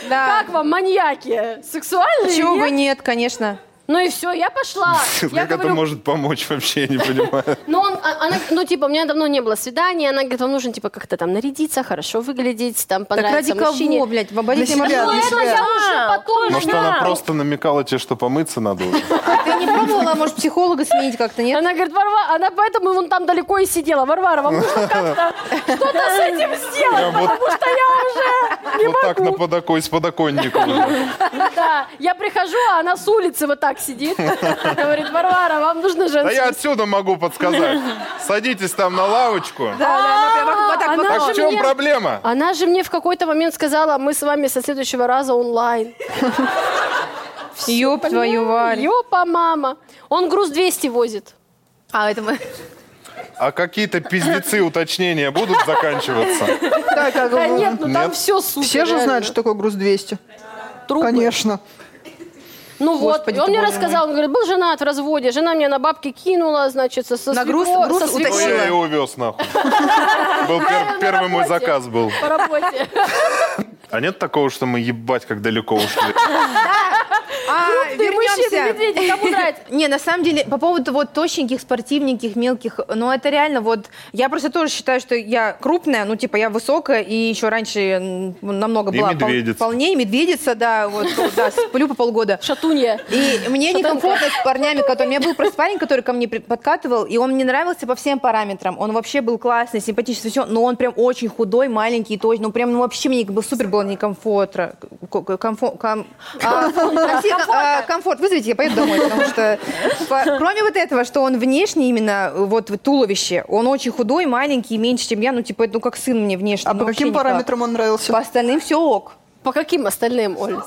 Speaker 2: Да.
Speaker 1: Как вам, маньяки? Сексуальные?
Speaker 2: Почему бы
Speaker 1: нет?
Speaker 2: нет, конечно. Ну,
Speaker 1: Ну и все, я пошла. Я
Speaker 6: Как это
Speaker 1: говорю,
Speaker 6: может помочь вообще, я не понимаю.
Speaker 1: Ну, он, а- она, ну, типа, у меня давно не было свиданий, она говорит, вам нужно, типа, как-то там нарядиться, хорошо выглядеть, там,
Speaker 2: Так ради
Speaker 1: понравиться мужчине.
Speaker 2: кого, блядь, в оборонительном
Speaker 4: Для себя,
Speaker 2: оружии?
Speaker 1: Ну,
Speaker 4: для
Speaker 1: это
Speaker 4: себя.
Speaker 1: я уже потом
Speaker 6: Может,
Speaker 1: узнала.
Speaker 6: ну, она просто намекала тебе, что помыться надо уже?
Speaker 2: Ты не пробовала, может, психолога сменить как-то, нет?
Speaker 1: Она говорит, Варвара, она поэтому вон там далеко и сидела. Варвара, вам нужно как-то что-то с этим сделать,
Speaker 6: Прям вот-
Speaker 1: потому что я уже не
Speaker 6: Вот так на
Speaker 1: могу.
Speaker 6: подоконнике, с подоконника. уже.
Speaker 1: Да, я прихожу, а она с улицы вот так сидит. Говорит, Варвара, вам нужно
Speaker 6: Да я
Speaker 1: женское.
Speaker 6: отсюда могу подсказать. Садитесь там на лавочку.
Speaker 2: Да, да, она прям вот
Speaker 1: она
Speaker 2: так
Speaker 1: же
Speaker 6: Так в чем
Speaker 1: меня-
Speaker 6: проблема?
Speaker 1: Она же мне в какой-то момент сказала, мы с вами со следующего раза онлайн.
Speaker 2: вот. Ёб твою, Варь.
Speaker 1: Ёпа, мама. Он груз 200 возит.
Speaker 2: А, это мы...
Speaker 6: А какие-то пиздецы уточнения будут заканчиваться? Ну,
Speaker 4: Так, а,
Speaker 1: Да нет, ну там
Speaker 6: Нет.
Speaker 1: все супер.
Speaker 4: Все же
Speaker 1: реально.
Speaker 4: знают, что такое груз 200.
Speaker 1: Трупы.
Speaker 4: Конечно.
Speaker 1: Ну вот,
Speaker 2: Господи
Speaker 1: и он
Speaker 2: ты,
Speaker 1: мне
Speaker 2: боже
Speaker 1: рассказал, он говорит, был женат в разводе, жена меня на бабки кинула, значит, со, со
Speaker 2: На груз-
Speaker 1: свекро-
Speaker 2: груз
Speaker 1: со свекро-
Speaker 6: Кто я и
Speaker 2: уточнила.
Speaker 6: увез нахуй. Был пер- первый мой
Speaker 1: работе.
Speaker 6: заказ был.
Speaker 1: по работе.
Speaker 6: А нет такого, что мы ебать как далеко ушли?
Speaker 2: А,
Speaker 1: Ты мужчина,
Speaker 2: вернемся.
Speaker 1: медведи, кому нравится?
Speaker 2: Не, на самом деле, по поводу вот тощеньких, спортивненьких, мелких, ну это реально вот, я просто тоже считаю, что я крупная, ну типа я высокая и еще раньше м, намного
Speaker 6: И
Speaker 2: была пол-
Speaker 6: медведица.
Speaker 2: полнее, медведица, да, вот, да, сплю по полгода.
Speaker 1: Шатунья.
Speaker 2: И мне некомфортно с парнями, которые... У меня был просто парень, который ко мне при- подкатывал, и он мне нравился по всем параметрам. Он вообще был классный, симпатичный, все, но он прям очень худой, маленький, точно. Ну, прям, ну, вообще мне как бы супер было некомфортно. К- к- комфо- ком- а, Алексей, ком- а, Комфорт. Вызовите, я поеду домой, потому что... по- Кроме вот этого, что он внешне именно, вот в туловище, он очень худой, маленький, меньше, чем я, ну, типа, ну, как сын мне внешне.
Speaker 4: А
Speaker 2: ну,
Speaker 4: по
Speaker 2: вообще
Speaker 4: каким
Speaker 2: никак.
Speaker 4: параметрам он нравился?
Speaker 2: По остальным все ок.
Speaker 1: По каким остальным, Оль?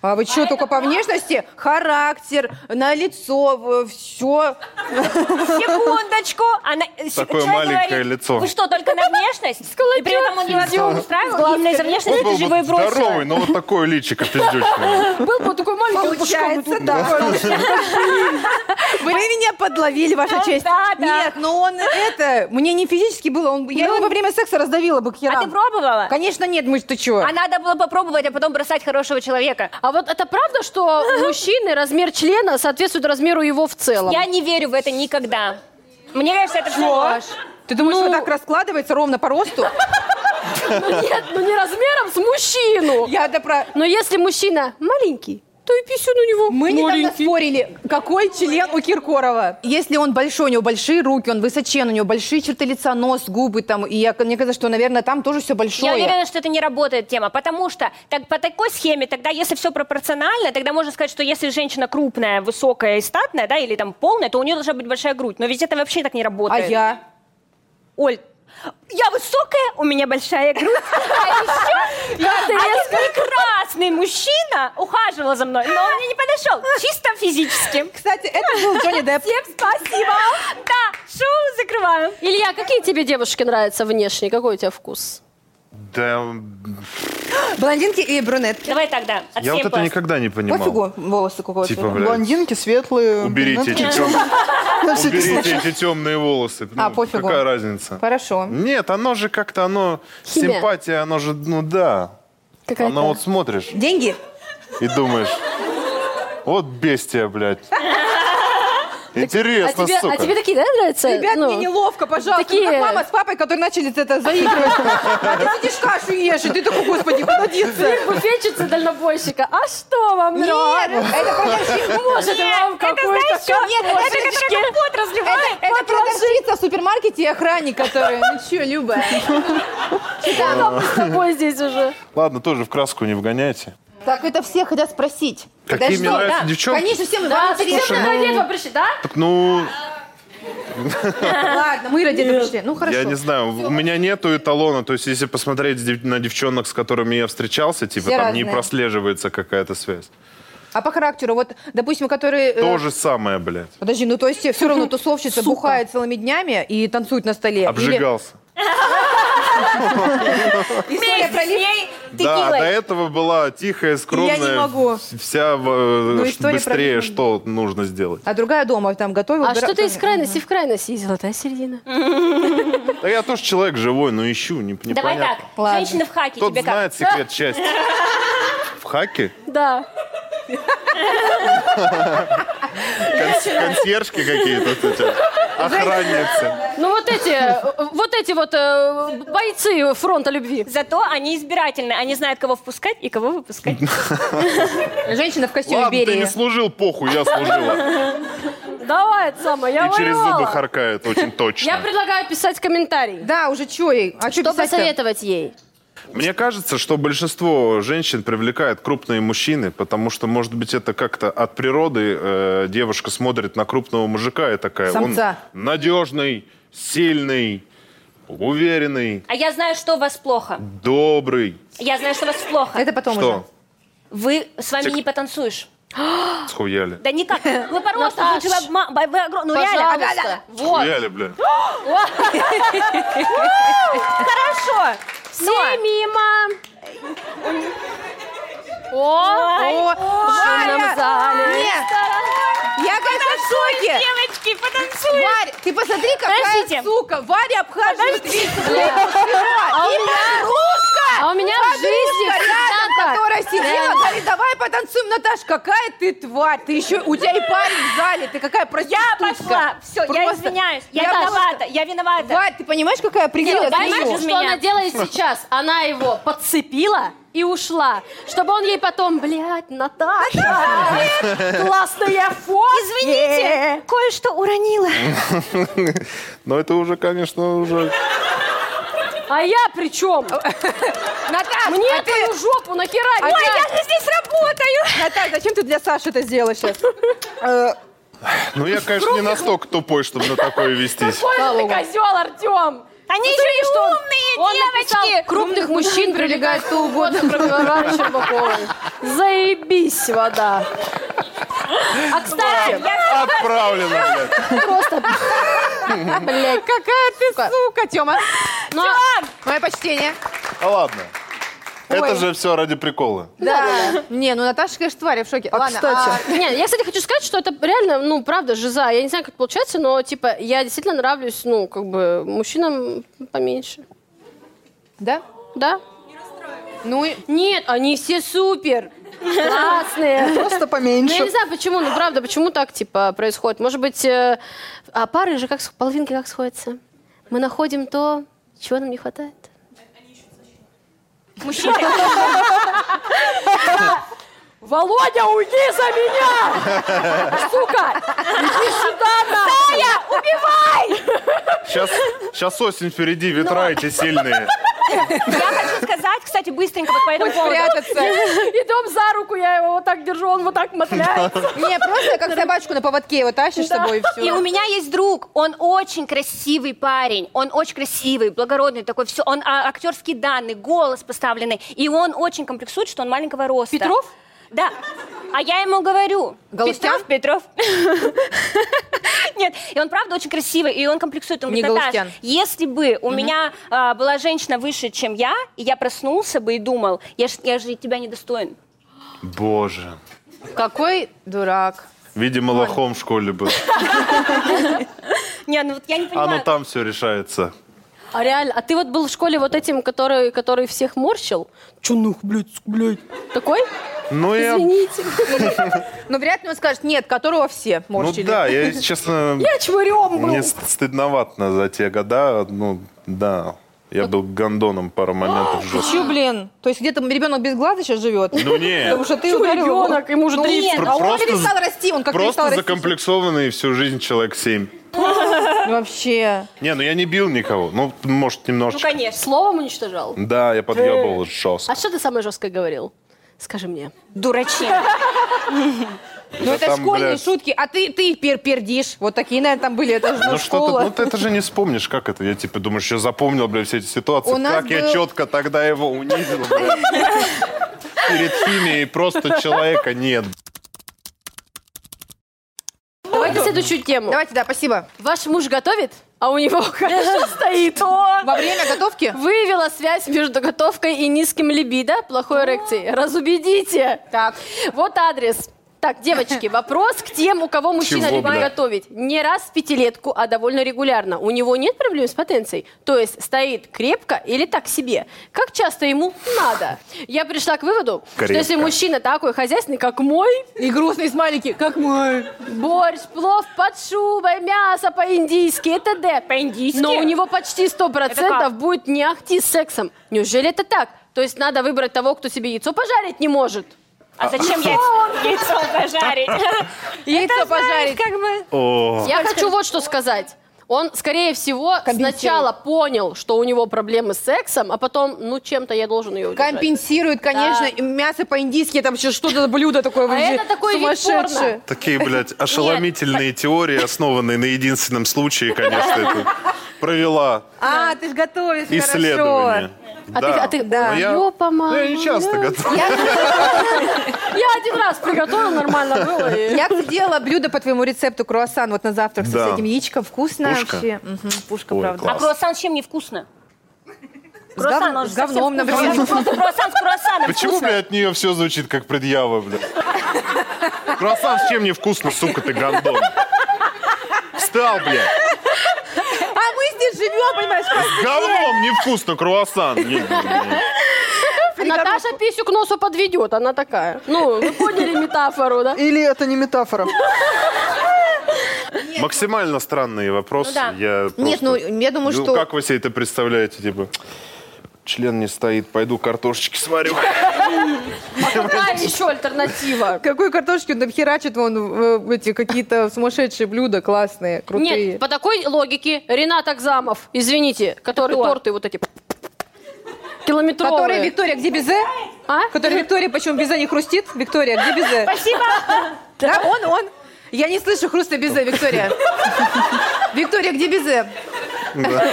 Speaker 2: А вы что, только по внешности? Характер, на лицо, все.
Speaker 3: А, Секундочку. Она, э, с-
Speaker 6: Такое
Speaker 3: человек
Speaker 6: маленькое
Speaker 3: говорит,
Speaker 6: лицо.
Speaker 3: Вы что, только на внешность? И при этом он его устраивал, именно из-за внешности
Speaker 6: Он
Speaker 3: ты
Speaker 6: был
Speaker 3: же его и
Speaker 6: бы здоровый,
Speaker 3: бросила.
Speaker 6: но вот такое личико пиздечное.
Speaker 1: Был бы вот такой маленький он пушком
Speaker 2: Получается, да. Вы меня подловили, ваша
Speaker 3: Ну
Speaker 2: честь.
Speaker 3: да, да. Ну,
Speaker 2: Нет, но он это... Мне не физически было. он- Я его во время секса раздавила бы к
Speaker 3: А ты
Speaker 2: херам.
Speaker 3: пробовала?
Speaker 2: Конечно нет, мы ты чего?
Speaker 3: А надо было попробовать, а потом бросать хорошего человека.
Speaker 1: А вот это правда, что у мужчины размер члена соответствует размеру его в целом?
Speaker 3: Я не верю в это никогда. Мне кажется, это все.
Speaker 2: Ты думаешь,
Speaker 3: Ну.
Speaker 2: вот так раскладывается ровно по росту?
Speaker 1: Нет, ну не размером, с мужчину.
Speaker 2: Я да про...
Speaker 1: Но если мужчина маленький, то и писюн у него
Speaker 2: Мы недавно
Speaker 1: маленький.
Speaker 2: спорили, какой член у Киркорова. Если он большой, у него большие руки, он высочен, у него большие черты лица, нос, губы там. И я, мне казалось, что, наверное, там тоже все большое.
Speaker 3: Я уверена, что это не работает тема, потому что так, по такой схеме, тогда если все пропорционально, тогда можно сказать, что если женщина крупная, высокая и статная, да, или там полная, то у нее должна быть большая грудь. Но ведь это вообще так не
Speaker 2: а
Speaker 3: работает.
Speaker 2: я?
Speaker 3: Оль, я высокая, у меня большая грудь, а еще один прекрасный мужчина ухаживал за мной, но он мне не подошел, чисто физически.
Speaker 2: Кстати, это был Джонни Депп.
Speaker 3: Всем спасибо. Да, шоу закрываем.
Speaker 1: Илья, какие тебе девушки нравятся внешне? Какой у тебя вкус?
Speaker 6: Да,
Speaker 2: Блондинки и брюнетки.
Speaker 3: Давай тогда.
Speaker 1: А
Speaker 3: от
Speaker 6: я
Speaker 3: всем
Speaker 6: вот это
Speaker 3: класс.
Speaker 6: никогда не понимал.
Speaker 2: Пофигу волосы какого-то.
Speaker 6: Типа, блядь,
Speaker 4: Блондинки, светлые.
Speaker 6: уберите эти
Speaker 4: брюнетки.
Speaker 6: темные,
Speaker 4: На всякий случай.
Speaker 6: уберите эти темные волосы.
Speaker 2: А,
Speaker 6: Ну,
Speaker 2: пофигу.
Speaker 6: Какая разница?
Speaker 2: Хорошо.
Speaker 6: Нет, оно же как-то, оно,
Speaker 1: Химия.
Speaker 6: симпатия, оно же, ну да.
Speaker 1: Какая-то-
Speaker 6: Оно вот смотришь
Speaker 2: Деньги?
Speaker 6: и думаешь, вот бестия, блядь.
Speaker 1: А
Speaker 6: Интересно,
Speaker 1: тебе, а
Speaker 6: сука.
Speaker 1: тебе такие, да, нравятся?
Speaker 2: Ребят,
Speaker 1: Ну,
Speaker 2: мне неловко, пожалуйста.
Speaker 1: такие-
Speaker 2: Ну, как мама с папой, которые начали это заигрывать. А ты сидишь кашу ешь, и ты такой, господи, куда деться?
Speaker 1: буфетчица дальнобойщика. А что вам
Speaker 2: Нет, Ну,
Speaker 1: нравится?
Speaker 2: это продавщица.
Speaker 1: Может, вам какой-то картошечки?
Speaker 2: Это, это продавщица в супермаркете и охранник, который... Ну что, Люба?
Speaker 1: Что мы с тобой здесь уже?
Speaker 6: Ладно, тоже в краску не вгоняйте.
Speaker 2: Так это все хотят спросить.
Speaker 6: Какие
Speaker 2: Да
Speaker 6: мне
Speaker 2: что,
Speaker 6: нравятся
Speaker 2: да.
Speaker 6: девчонки.
Speaker 2: Конечно, всем вам
Speaker 1: всем
Speaker 2: интересно.
Speaker 1: на детство пришли, да?
Speaker 6: Так, ну,
Speaker 1: ну,
Speaker 2: Ладно, мы ради этого пришли. Ну хорошо.
Speaker 6: я не знаю, у меня нету эталона. То есть, если посмотреть дев- на девчонок, с которыми я встречался, типа,
Speaker 2: Все
Speaker 6: там не
Speaker 2: разные.
Speaker 6: прослеживается какая-то связь.
Speaker 2: А по характеру, вот, допустим, которые... э,
Speaker 6: То же самое, блядь.
Speaker 2: Подожди, ну то есть все равно тусовщица бухает целыми днями и танцует на столе.
Speaker 6: Обжигался.
Speaker 2: Или история про лифт.
Speaker 6: Да, до этого была тихая, скромная.
Speaker 2: могу.
Speaker 6: Вся в- э,
Speaker 2: Ну,
Speaker 6: ш-
Speaker 2: история про
Speaker 6: быстрее,
Speaker 2: Лизу.
Speaker 6: что нужно сделать.
Speaker 2: А другая дома там готовила.
Speaker 1: А
Speaker 2: убира-
Speaker 1: что ты из
Speaker 2: там-
Speaker 1: крайности в крайность и золотая середина?
Speaker 6: Да я тоже человек живой, но ищу, не,
Speaker 3: Давай
Speaker 6: непонятно.
Speaker 3: так,
Speaker 2: Ладно.
Speaker 3: женщины в хаке,
Speaker 6: Тот
Speaker 3: тебе как?
Speaker 6: знает секрет счастья. В хаке?
Speaker 1: Да.
Speaker 6: Кон- консьержки какие-то вот эти. Охранницы.
Speaker 1: Ну вот эти, э, вот эти вот э, бойцы фронта любви.
Speaker 3: Зато они избирательны, они знают, кого впускать и кого выпускать.
Speaker 2: Женщина в костюме
Speaker 6: Ладно, ты
Speaker 2: Берии.
Speaker 6: не служил, похуй, я служила.
Speaker 1: Давай, это самое, я
Speaker 6: И через зубы
Speaker 1: воевала.
Speaker 6: харкает очень
Speaker 1: Я
Speaker 6: точно.
Speaker 1: предлагаю писать комментарий.
Speaker 2: Да, уже чё ей? А чё
Speaker 1: Что
Speaker 2: писать-то?
Speaker 1: посоветовать ей?
Speaker 6: Мне кажется, что большинство женщин привлекают крупные мужчины, потому что, может быть, это как-то от природы э, девушка смотрит на крупного мужика и такая,
Speaker 2: Самца.
Speaker 6: он надежный, сильный, уверенный,
Speaker 3: А я знаю, что у вас плохо.
Speaker 6: добрый.
Speaker 3: Я знаю, что у вас плохо.
Speaker 2: Это потом уже.
Speaker 6: Что?
Speaker 3: Вы с вами
Speaker 6: Тик.
Speaker 3: не потанцуешь.
Speaker 6: Схуяли?
Speaker 3: Да никак. Вы по росту, вы
Speaker 1: Наташ,
Speaker 3: же обма- ба- вы огром- Ну реально, ага, да, да.
Speaker 1: Пожалуйста. Вот.
Speaker 6: Схуяли, бля.
Speaker 3: Хорошо.
Speaker 1: Все мимо. О,
Speaker 2: О,
Speaker 1: нам зале.
Speaker 2: Варя! Нет, я как-то в шоке!
Speaker 3: Девочки, потанцуем.
Speaker 2: Варя, ты посмотри, какая
Speaker 3: Подождите.
Speaker 2: сука! Варя обхаживает весь свет.
Speaker 1: а у
Speaker 2: И
Speaker 1: меня-
Speaker 2: подружка!
Speaker 1: а у меня в жизни
Speaker 2: Подружка рядом,
Speaker 1: всегда так.
Speaker 2: которая сидела, говорит, давай потанцуем, Наташ, какая ты тварь! Ты еще, у тебя и парень в зале, ты какая проститутка!
Speaker 3: Я пошла. Все, я
Speaker 2: Просто.
Speaker 3: извиняюсь. Я
Speaker 2: Наташ,
Speaker 3: виновата. Я виновата.
Speaker 2: Варь, ты понимаешь, какая
Speaker 1: Нет,
Speaker 2: прелесть?
Speaker 1: понимаешь,
Speaker 3: Без
Speaker 1: что
Speaker 3: меня.
Speaker 1: она делает сейчас? Она его подцепила и ушла, чтобы он ей потом, блядь, Наташа, классная фото.
Speaker 3: Извините, кое-что уронила.
Speaker 6: Но это уже, конечно, уже...
Speaker 1: А я при чем?
Speaker 2: Наташ,
Speaker 1: Мне
Speaker 2: а ты-
Speaker 1: твою жопу нахера?
Speaker 2: А
Speaker 1: Ой,
Speaker 2: ты-
Speaker 1: я же здесь работаю.
Speaker 2: Наташ, зачем ты для Саши это сделала сейчас?
Speaker 6: Ну, я, конечно, не настолько тупой, чтобы на такое вестись.
Speaker 1: Какой же ты козел, Артем?
Speaker 3: Они
Speaker 1: Ну,
Speaker 3: еще
Speaker 1: смотри,
Speaker 3: и
Speaker 1: что он-
Speaker 3: умные,
Speaker 1: он написал,
Speaker 3: девочки.
Speaker 1: крупных мужчин привлекает кто угодно, кроме Варвары Щербаковой. Заебись, вода. А кстати,
Speaker 6: Отправлено, блядь.
Speaker 1: просто... Блядь,
Speaker 2: Какая ты сука, Тёма.
Speaker 1: ну, а-
Speaker 2: Мое почтение.
Speaker 6: А ладно. Это
Speaker 2: Ой.
Speaker 6: же все ради прикола.
Speaker 2: Да. Не, ну Наташа, конечно, тварь, я в шоке.
Speaker 4: А,
Speaker 2: Ладно,
Speaker 4: кстати.
Speaker 1: Не, я, кстати, хочу сказать, что это реально, ну, правда, жиза. Я не знаю, как получается, но, типа, я действительно нравлюсь, ну, как бы, мужчинам поменьше.
Speaker 2: Да?
Speaker 1: Да?
Speaker 2: Ну, и-
Speaker 1: Нет, они все супер. Классные.
Speaker 4: Просто
Speaker 1: Ну, я не
Speaker 4: поменьше.
Speaker 1: знаю, почему, ну, правда, почему так, типа, происходит. Может быть, э, а пары же как, с- половинки как сходятся? Мы находим то, чего нам не хватает.
Speaker 3: Мужчины,
Speaker 1: Володя, уйди за меня! Сука! Иди сюда,
Speaker 6: Сейчас, сейчас осень впереди, ветра эти сильные.
Speaker 3: я хочу сказать, кстати, быстренько вот по этому поводу.
Speaker 2: прятаться.
Speaker 1: Идем за руку, я его вот так держу, он вот так мотляется.
Speaker 2: Не, просто как собачку на поводке его тащишь с собой, и
Speaker 3: И у
Speaker 2: все.
Speaker 3: меня есть друг, он очень красивый парень, он очень красивый, благородный такой, все, он а, актерские данные, голос поставленный, и он очень комплексует, что он маленького роста.
Speaker 1: Петров?
Speaker 3: Да. А я ему говорю.
Speaker 2: Галустян?
Speaker 3: Петров, Петров. Нет, и он правда очень красивый, и он комплексует. Он
Speaker 2: Не
Speaker 3: говорит, «Наташ,
Speaker 2: Галустян.
Speaker 3: если бы у меня а, была женщина выше, чем я, и я проснулся бы и думал, я же, я же тебя недостоин.
Speaker 6: Боже.
Speaker 2: Какой дурак.
Speaker 6: Видимо, лохом в школе был.
Speaker 3: Не, ну вот я не
Speaker 6: А
Speaker 3: понимаю.
Speaker 6: ну там все решается.
Speaker 1: А реально, а ты вот был в школе вот этим, который, который всех морщил? Чунух, блядь, ск- блядь. Такой?
Speaker 6: Ну я...
Speaker 1: Извините.
Speaker 2: Но Ну, вряд ли он скажет, нет, которого все
Speaker 6: Ну
Speaker 2: морщили.
Speaker 6: да, я, если честно,
Speaker 1: Я чмырем был.
Speaker 6: мне ст- стыдноватно за те года. Ну, да. Я был гондоном пару моментов жестко.
Speaker 2: Чё, блин? То есть где-то ребенок без глаза сейчас живет?
Speaker 6: Ну не,
Speaker 2: Потому что ты
Speaker 1: Чё
Speaker 2: ударил его.
Speaker 1: ребенок? Ему уже
Speaker 2: Ну,
Speaker 1: 30.
Speaker 2: нет, а он
Speaker 6: Просто-
Speaker 2: перестал расти, он как перестал
Speaker 6: просто
Speaker 2: расти.
Speaker 6: закомплексованный всю жизнь человек 7.
Speaker 2: Вообще.
Speaker 6: Не, ну я не бил никого. Ну, может,
Speaker 3: Ну,
Speaker 6: немножечко.
Speaker 3: конечно.
Speaker 1: Словом уничтожал?
Speaker 6: Да, я подъебывал жестко.
Speaker 1: А что ты самое жесткое говорил? Скажи мне.
Speaker 3: Дурачина.
Speaker 2: Ну это
Speaker 6: там,
Speaker 2: школьные
Speaker 6: блядь.
Speaker 2: шутки, а ты, ты их пер пердишь. Вот такие, наверное, там были, это же ну,
Speaker 6: Ну что
Speaker 2: школа.
Speaker 6: ты, ну ты это же не вспомнишь, как это. Я типа думаю, что я запомнил, блядь, все эти ситуации.
Speaker 2: У нас
Speaker 6: как я
Speaker 2: был-
Speaker 6: четко тогда его унизил, блядь. Перед химией просто человека нет.
Speaker 1: Давайте следующую тему.
Speaker 2: Давайте, да, спасибо.
Speaker 1: Ваш муж готовит, а у него хорошо стоит.
Speaker 2: Во время готовки?
Speaker 1: Выявила связь между готовкой и низким либидо, плохой эрекцией. Разубедите.
Speaker 2: Так.
Speaker 1: Вот адрес. Так, девочки, вопрос к тем, у кого мужчина
Speaker 6: Чего,
Speaker 1: любит
Speaker 6: бля?
Speaker 1: готовить. Не раз в пятилетку, а довольно регулярно. У него нет проблем с потенцией. То есть стоит крепко или так себе. Как часто ему надо? Я пришла к выводу, что
Speaker 6: Крепко.
Speaker 1: если мужчина такой хозяйственный, как мой,
Speaker 2: И грустные смайлики, как мой.
Speaker 1: борщ, плов под шубой, мясо по-индийски и т.д.
Speaker 3: По-индийски?
Speaker 1: Но у него почти 100% будет не ахти с сексом. Неужели это так? То есть надо выбрать того, кто себе яйцо пожарить не может?
Speaker 3: А зачем я яйцо пожарить?
Speaker 2: Яйцо пожарить.
Speaker 3: Как бы...
Speaker 6: О,
Speaker 1: Я хочу вот что сказать. Он, скорее всего,
Speaker 2: Компенсирует.
Speaker 1: сначала понял, что у него проблемы с сексом, а потом, ну, чем-то я должен ее удержать.
Speaker 2: Компенсирует, конечно, и мясо по-индийски, там еще что-то блюдо такое
Speaker 1: А
Speaker 2: выйдет.
Speaker 1: это такой вид
Speaker 2: сумасшедшее.
Speaker 6: такие, блядь, ошеломительные теории, основанные на единственном случае, конечно, это провела
Speaker 2: А, ты ж готовишь,
Speaker 6: исследование.
Speaker 1: А ты- а ты-
Speaker 6: Да. Но я-
Speaker 1: Ёпа,
Speaker 6: Ну, я
Speaker 1: мама,
Speaker 6: не часто готовлю.
Speaker 1: Я один раз приготовил, нормально было. и-
Speaker 2: Я кстати, делала блюдо по твоему рецепту круассан вот на завтрак
Speaker 6: Да.
Speaker 2: с этим яичком. Вкусно
Speaker 6: Пушка?
Speaker 2: вообще. Мгм, пушка,
Speaker 6: Ой,
Speaker 2: правда.
Speaker 6: класс.
Speaker 3: А круассан с чем не вкусно? Круассан, он
Speaker 2: с
Speaker 3: же
Speaker 2: говном,
Speaker 3: совсем вкусный.
Speaker 2: например.
Speaker 3: Просто круассан с круассаном
Speaker 6: А Почему,
Speaker 3: вкусно.
Speaker 6: блядь, от нее все звучит как предъява, блядь? Круассан с чем не вкусно, сука ты, гондон? Встал, блядь.
Speaker 2: А мы здесь живем, понимаешь? как-
Speaker 6: С Говном невкусно круассан. Не, не, не.
Speaker 1: Наташа писю к носу подведет, она такая. Ну, вы поняли метафору, да?
Speaker 4: Или это не метафора?
Speaker 6: Максимально странные вопросы.
Speaker 3: Ну да.
Speaker 6: Я
Speaker 2: ну- Нет,
Speaker 6: просто-
Speaker 2: ну, я думаю,
Speaker 6: Ну,
Speaker 2: что-
Speaker 6: Как вы себе это представляете, типа... Член не стоит, пойду картошечки сварю.
Speaker 1: А Какая еще альтернатива?
Speaker 2: Какой картошки он там херачит, вон э, эти какие-то сумасшедшие блюда классные, крутые.
Speaker 1: Нет, по такой логике Ренат Акзамов, извините, который
Speaker 3: Кто?
Speaker 1: торты вот эти километровые.
Speaker 2: Которая Виктория, где безе?
Speaker 1: А?
Speaker 2: Которая Виктория, почему безе не хрустит? Виктория, где безе? Спасибо. Да, он, он. Я не слышу хруста безе, Виктория. Виктория, где безе?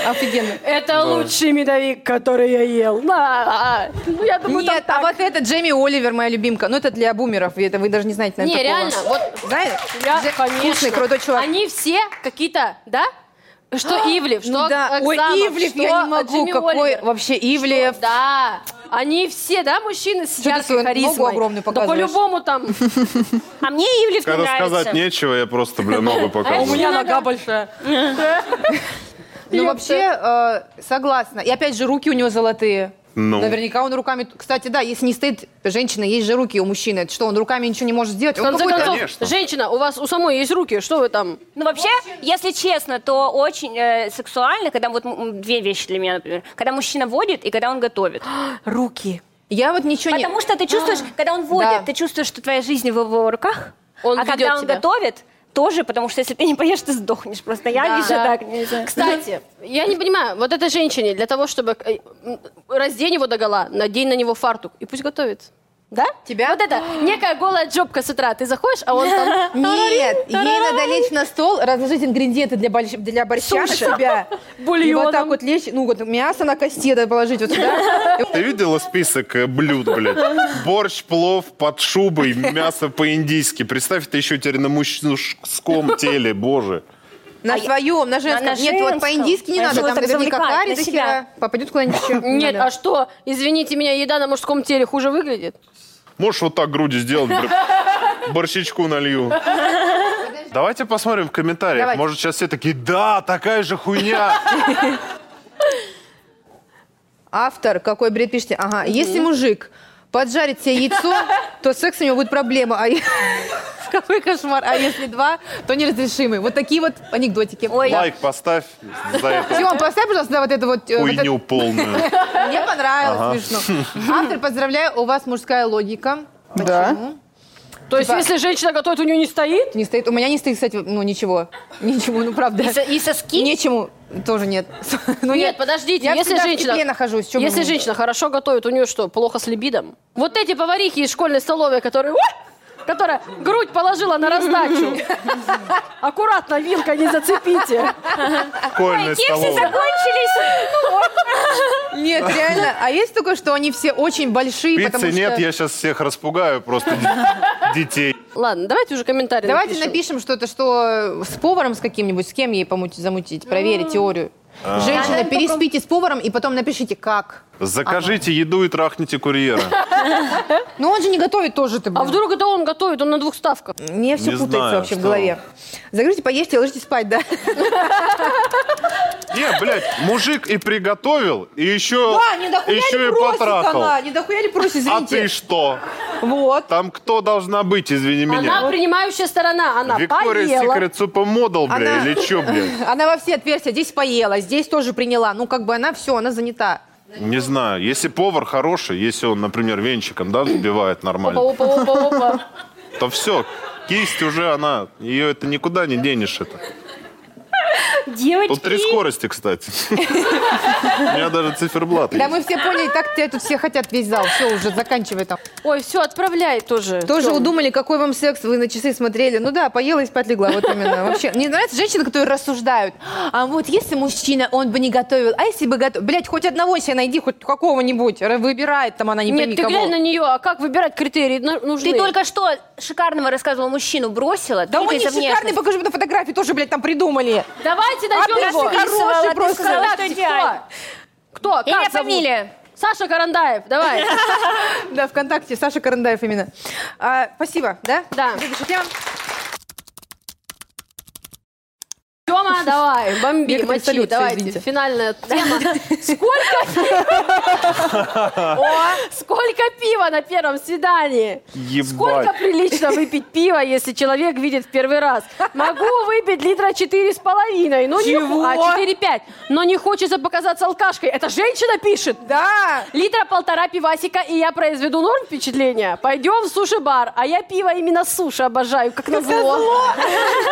Speaker 2: Офигенно.
Speaker 1: Это лучший медовик, который я ел. На. Ну, я думаю,
Speaker 2: Нет,
Speaker 1: там
Speaker 2: а
Speaker 1: так.
Speaker 2: вот это Джейми Оливер, моя любимка. Ну, это для бумеров. Это вы даже не знаете,
Speaker 1: Не,
Speaker 2: наверное, такого.
Speaker 1: реально, вот
Speaker 2: Знаете?
Speaker 1: я,
Speaker 2: Дж-
Speaker 1: конечно.
Speaker 2: Вкусный, крутой чувак.
Speaker 1: Они все какие-то, да? Что Ивлев, что
Speaker 2: Ну да.
Speaker 1: Аксамов,
Speaker 2: Ой, Ивлев,
Speaker 1: что
Speaker 2: я не могу.
Speaker 1: Джимми
Speaker 2: Какой
Speaker 1: Оливер.
Speaker 2: вообще Ивлев.
Speaker 1: Да, они все, да, мужчины с
Speaker 2: ты свою
Speaker 1: яркой
Speaker 2: ногу
Speaker 1: харизмой.
Speaker 2: огромную
Speaker 1: Да
Speaker 2: показываешь?
Speaker 1: по-любому там.
Speaker 3: А мне Ивлев не
Speaker 6: Когда сказать
Speaker 3: нравится.
Speaker 6: нечего, я просто, блин, ногу
Speaker 1: А у
Speaker 6: показываю.
Speaker 1: меня нога
Speaker 2: большая. Ну, вообще, э, согласна. И опять же, руки у него золотые.
Speaker 6: Ну.
Speaker 2: Наверняка он руками... Кстати, да, если не стоит женщина, есть же руки у мужчины. Это что, он руками ничего не может сделать?
Speaker 1: В
Speaker 2: Он
Speaker 1: конце
Speaker 2: какой-то-
Speaker 1: концов,
Speaker 6: Конечно.
Speaker 1: женщина, у вас у самой есть руки, что вы там?
Speaker 3: Ну, вообще, если честно, то очень э, сексуально, когда вот м, м, две вещи для меня, например. Когда мужчина водит и когда он готовит.
Speaker 1: Руки.
Speaker 2: Я вот ничего не...
Speaker 3: Потому что ты чувствуешь, когда он водит,
Speaker 2: Да.
Speaker 3: ты чувствуешь, что твоя жизнь в его руках.
Speaker 1: Он
Speaker 3: а
Speaker 1: ведет
Speaker 3: когда он
Speaker 1: тебя.
Speaker 3: готовит, тоже, потому что если ты не поешь, ты сдохнешь. Просто я
Speaker 1: Да.
Speaker 3: вижу
Speaker 1: Да.
Speaker 3: так. нельзя.
Speaker 1: Кстати, я не понимаю, вот этой женщине для того, чтобы э, м, раздень его догола, надень на него фартук и пусть готовит. Да?
Speaker 2: Тебя?
Speaker 1: А Вот это некая голая джобка с утра. Ты заходишь, а он там...
Speaker 2: Нет, ей надо лечь на стол, разложить ингредиенты для, борщ- для борща
Speaker 1: Суши.
Speaker 2: на себя. И
Speaker 1: Бульоном.
Speaker 2: вот так вот лечь, ну вот мясо на кости надо положить вот сюда. И вот
Speaker 6: Ты видела список э, блюд, блядь? Борщ, плов под шубой, мясо по-индийски. Представь, это еще теперь на мужском теле, боже.
Speaker 2: На своем, на женском.
Speaker 3: на
Speaker 2: Нет, вот
Speaker 3: женском.
Speaker 2: по-индийски не
Speaker 3: А
Speaker 2: надо,
Speaker 3: что
Speaker 2: там
Speaker 3: так
Speaker 2: наверняка
Speaker 3: завлекает
Speaker 2: карри
Speaker 3: на
Speaker 2: до
Speaker 3: себя?
Speaker 2: хера. Попадет куда-нибудь еще.
Speaker 1: Нет,
Speaker 2: Надо.
Speaker 1: а что? Извините меня, еда на мужском теле хуже выглядит?
Speaker 6: Можешь вот так груди сделать, бр- борщичку налью. Давайте посмотрим в комментариях.
Speaker 2: Давайте.
Speaker 6: Может, сейчас все такие, да, такая же хуйня.
Speaker 2: Автор, какой бред пишите? Ага, если мужик поджарит себе яйцо, то секс у него будет проблема. А е- какой кошмар. А если два, то неразрешимый. Вот такие вот анекдотики.
Speaker 3: Ой.
Speaker 6: Лайк поставь за эту
Speaker 2: Семен, поставь, пожалуйста, да, вот это вот... э, вот это-
Speaker 6: хуйню полную.
Speaker 2: Мне понравилось, смешно. Автор, поздравляю, у вас мужская логика.
Speaker 4: Да.
Speaker 2: Почему?
Speaker 1: То есть,
Speaker 2: Типа-
Speaker 1: если женщина готовит, у нее не стоит?
Speaker 2: Не стоит. У меня не стоит, кстати, ну ничего. Ничего, ну правда.
Speaker 3: И, со- и соски.
Speaker 2: Нечему тоже нет. Ну,
Speaker 1: Нет,
Speaker 2: я-
Speaker 1: подождите,
Speaker 2: я
Speaker 1: если
Speaker 2: всегда в
Speaker 1: женщина...
Speaker 2: тепле нахожусь, чё бы
Speaker 1: если
Speaker 2: мне?
Speaker 1: женщина хорошо готовит, у нее что, плохо с либидом? Вот эти поварихи из школьной столовой, которые... «Ой!» которая грудь положила на раздачу. Аккуратно, вилка, не зацепите.
Speaker 6: Школьная
Speaker 3: Кексы
Speaker 6: столовая.
Speaker 3: закончились.
Speaker 2: Нет, реально. А есть такое, что они все очень большие, потому
Speaker 6: Пиццы
Speaker 2: что...
Speaker 6: нет, я сейчас всех распугаю просто д- детей.
Speaker 1: Ладно, давайте уже комментарий
Speaker 2: Давайте
Speaker 1: напишем.
Speaker 2: напишем что-то, что с поваром с каким-нибудь, с кем ей помуть- замутить, проверить теорию.
Speaker 6: А.
Speaker 2: Женщина, переспите с поваром и потом напишите, как.
Speaker 6: Закажите еду и трахните курьера.
Speaker 2: Ну он же не готовит тоже, ты
Speaker 1: А
Speaker 2: блин.
Speaker 1: вдруг это он готовит, он на двух ставках.
Speaker 2: Мне все
Speaker 6: Не
Speaker 2: путается
Speaker 6: знаю,
Speaker 2: вообще в
Speaker 6: что.
Speaker 2: голове. Загрузите, поешьте, ложитесь спать, да?
Speaker 6: Не, блядь, мужик и приготовил, и еще,
Speaker 2: Да, не дохуя
Speaker 6: еще
Speaker 2: ли
Speaker 6: и
Speaker 2: просит
Speaker 6: потрахал.
Speaker 2: она, не дохуя ли просит,
Speaker 6: А ты
Speaker 2: извините.
Speaker 6: что?
Speaker 2: Вот.
Speaker 6: Там кто должна быть, извини
Speaker 1: Она
Speaker 6: меня?
Speaker 1: принимающая сторона, она
Speaker 6: Виктория
Speaker 1: поела.
Speaker 6: Секрет Супа Модел, бля,
Speaker 2: Она-
Speaker 6: или что, бля?
Speaker 2: Она во все отверстия здесь поела, здесь тоже приняла. Ну, как бы она все, она занята.
Speaker 6: Не знаю, если повар хороший, если он, например, венчиком, да, взбивает нормально,
Speaker 1: Опа, опа, опа, опа.
Speaker 6: то все, кисть уже она, ее это никуда не денешь это.
Speaker 3: Девочки.
Speaker 6: Тут три скорости, кстати. У меня даже циферблат
Speaker 2: Да
Speaker 6: есть.
Speaker 2: мы все поняли, так тебя тут все хотят весь зал. Все, уже заканчивай там.
Speaker 1: Ой, все, отправляй тоже.
Speaker 2: Тоже
Speaker 1: Ну Всё.
Speaker 2: удумали, какой вам секс, вы на часы смотрели. Ну да, поела и спать легла, вот именно. Вообще, мне нравятся женщины, которые рассуждают. А вот если мужчина, он бы не готовил, а если бы готовил? Блять, хоть одного себе найди, хоть какого-нибудь. Ра- Выбирает там она, не
Speaker 1: Нет,
Speaker 2: пойми
Speaker 1: ты
Speaker 2: кого.
Speaker 1: глянь на нее, а как выбирать критерии на- нужны?
Speaker 3: Ты только что шикарного рассказывал мужчину, бросила.
Speaker 2: Да
Speaker 3: только
Speaker 2: он не
Speaker 3: из-за
Speaker 2: шикарный,
Speaker 3: внешности.
Speaker 2: покажи мне на фотографии, тоже, блядь, там придумали.
Speaker 1: Давайте найдем
Speaker 2: ты
Speaker 1: его.
Speaker 2: же хороший
Speaker 1: Ты
Speaker 2: просто.
Speaker 1: сказала,
Speaker 3: Да,
Speaker 1: что
Speaker 3: ты
Speaker 1: кто?
Speaker 3: идеально.
Speaker 1: Кто? Как
Speaker 3: Имя,
Speaker 1: зовут?
Speaker 3: фамилия.
Speaker 1: Саша Карандаев, давай.
Speaker 2: Да, ВКонтакте, Саша Карандаев именно. А, спасибо, да?
Speaker 1: Да.
Speaker 2: Следующая тема.
Speaker 1: Тема, давай, бомби,
Speaker 2: Некоторые
Speaker 1: мочи,
Speaker 2: салют,
Speaker 1: давайте.
Speaker 2: извините.
Speaker 1: Финальная тема. Сколько пива? О, Сколько пива на первом свидании?
Speaker 6: Ебать.
Speaker 1: Сколько прилично выпить пива, если человек видит в первый раз? Могу выпить литра четыре с половиной, но не...
Speaker 2: Чего?
Speaker 1: А, 4,5. Но не хочется показаться алкашкой. Это женщина пишет.
Speaker 2: Да.
Speaker 1: Литра полтора пивасика, и я произведу норм впечатления. Пойдем в суши-бар. А я пиво именно с суши обожаю, как назло.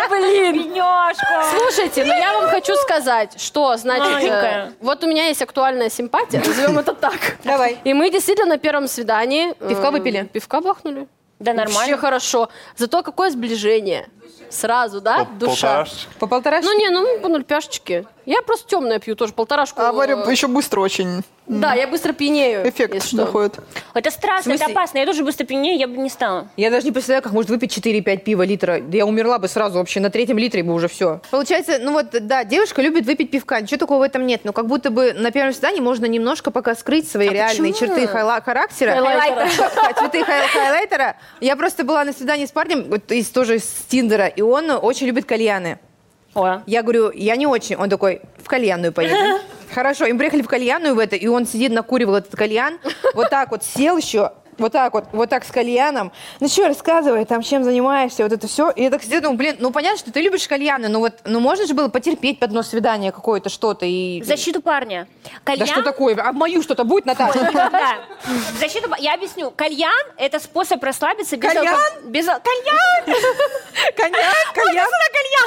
Speaker 1: Блин.
Speaker 3: Бедняжка.
Speaker 1: Слушайте, но я вам хочу сказать, что, значит, э,
Speaker 3: Маленькая.
Speaker 1: вот у меня есть актуальная симпатия, назовем это так.
Speaker 2: Давай.
Speaker 1: И мы действительно на первом свидании... э,
Speaker 2: Пивка выпили?
Speaker 1: Пивка бахнули.
Speaker 3: Да
Speaker 1: Вообще
Speaker 3: нормально.
Speaker 1: хорошо. Зато какое сближение. Сразу, да?
Speaker 6: Пол-
Speaker 1: Душа.
Speaker 6: полторашечка.
Speaker 2: По полтора
Speaker 1: Ну не, ну мы по нуль пяшечки. Я просто темное пью, тоже полторашку.
Speaker 4: А Варя
Speaker 1: э,
Speaker 4: еще быстро очень
Speaker 1: Да, я быстро пьянею.
Speaker 4: эффект
Speaker 1: если что.
Speaker 4: находит.
Speaker 3: Это страшно, это
Speaker 2: смысле?
Speaker 3: опасно. Я тоже быстро пьянею, я бы не стала.
Speaker 2: Я даже не представляю, как может выпить 4-5 пива литра. Да я умерла бы сразу вообще, на третьем литре бы уже все. Получается, ну вот, да, девушка любит выпить пивка, ничего такого в этом нет. Но как будто бы на первом свидании можно немножко пока скрыть свои реальные
Speaker 3: почему?
Speaker 2: черты хайла- характера.
Speaker 1: Хайлайтера.
Speaker 2: А Хайлайтера. Черты хайл- хайлайтера. Я просто была на свидании с парнем, вот из тоже из Тиндера, и он очень любит кальяны.
Speaker 3: О.
Speaker 2: Я говорю, я не очень. Он такой, в кальянную поедем. Хорошо, им приехали в кальянную в это, и он сидит, накуривал этот кальян, вот так вот сел еще, вот так вот, вот так с кальяном. Ну что, рассказывай, там, чем занимаешься, вот это все. И я так сидела, думаю, блин, ну понятно, что ты любишь кальяны, но вот, ну можно же было потерпеть под нос свидание какое-то что-то и...
Speaker 3: В защиту парня. Кальян...
Speaker 2: Да что такое? А в мою что-то будет, Наташа?
Speaker 3: Да. В защиту... пар- Я объясню. Кальян – это способ расслабиться без...
Speaker 2: Кальян?
Speaker 3: алко- без а- ал- Кальян!
Speaker 2: Кальян, кальян.
Speaker 3: Кальян!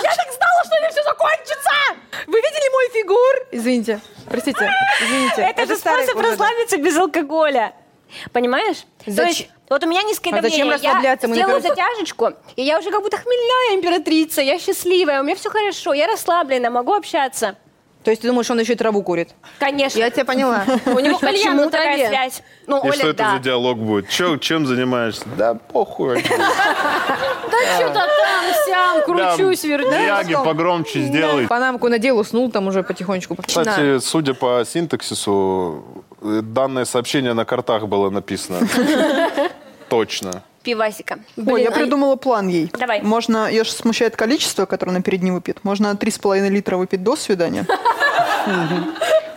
Speaker 3: Я так знала, что у меня все закончится!
Speaker 2: Вы видели мой фигур? Извините, простите, извините.
Speaker 3: Это же
Speaker 2: старый
Speaker 3: способ
Speaker 2: образ.
Speaker 3: расслабиться без алкоголя. Понимаешь? То
Speaker 2: Зач-
Speaker 3: есть, вот у меня низкое
Speaker 2: А
Speaker 3: давление.
Speaker 2: зачем расслабляться?
Speaker 3: Я
Speaker 2: Мы,
Speaker 3: сделаю
Speaker 2: например-
Speaker 3: затяжечку, и я уже как будто хмельная императрица, я счастливая, у меня все хорошо, я расслаблена, могу общаться.
Speaker 2: То есть ты думаешь, он еще и траву курит?
Speaker 3: Конечно.
Speaker 2: Я тебя поняла.
Speaker 1: У него кальян на
Speaker 3: Почему такая
Speaker 1: траве.
Speaker 3: связь? Ну,
Speaker 6: И
Speaker 3: Оля,
Speaker 6: что это
Speaker 3: да.
Speaker 6: за диалог будет? Че, чем занимаешься? Да похуй.
Speaker 1: Да что-то там, сям, кручусь, вернусь.
Speaker 6: Яги погромче сделай.
Speaker 2: Панамку надел, уснул там уже потихонечку.
Speaker 6: Кстати, судя по синтаксису, э, данное сообщение на картах было написано. Точно.
Speaker 3: Пивасика.
Speaker 4: Ой, я придумала план ей.
Speaker 3: Давай.
Speaker 4: Можно, я же смущает количество, которое она перед ним выпьет. Можно 3,5 литра выпить до свидания.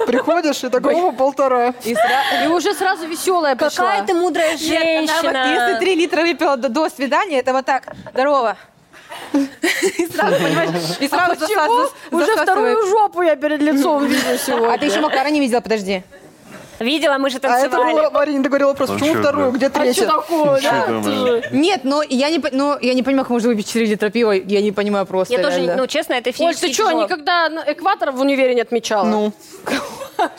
Speaker 4: Приходишь и такого полтора.
Speaker 2: И сра-
Speaker 1: И уже сразу веселая пошла.
Speaker 3: Какая ты мудрая
Speaker 2: Нет, она вот-
Speaker 3: женщина.
Speaker 2: Если три литра выпила до, до свидания, это вот так. Здорово. И сразу, понимаешь, и сразу засас- зас-
Speaker 1: Уже
Speaker 2: засасывает.
Speaker 1: вторую жопу я перед лицом вижу
Speaker 2: А
Speaker 1: сегодня.
Speaker 2: ты еще Макара не видела, подожди.
Speaker 3: Видела, мы же
Speaker 4: А это
Speaker 3: танцевали.
Speaker 4: было, Варя не договорила просто,
Speaker 6: Ну
Speaker 4: почему
Speaker 6: чё,
Speaker 4: вторую,
Speaker 6: да.
Speaker 4: где
Speaker 1: А что
Speaker 4: третья?
Speaker 1: такое,
Speaker 6: Чё
Speaker 1: да?
Speaker 6: думаешь?
Speaker 1: Ты же-
Speaker 2: Нет, но я не, по- но я не понимаю, как можно выпить 4 литра пива. Я не понимаю просто.
Speaker 3: Я тоже,
Speaker 2: реально.
Speaker 3: ну, честно, это физически
Speaker 1: Оль, ты что,
Speaker 3: тяжело.
Speaker 1: никогда на- экватор в универе не отмечала?
Speaker 4: Ну,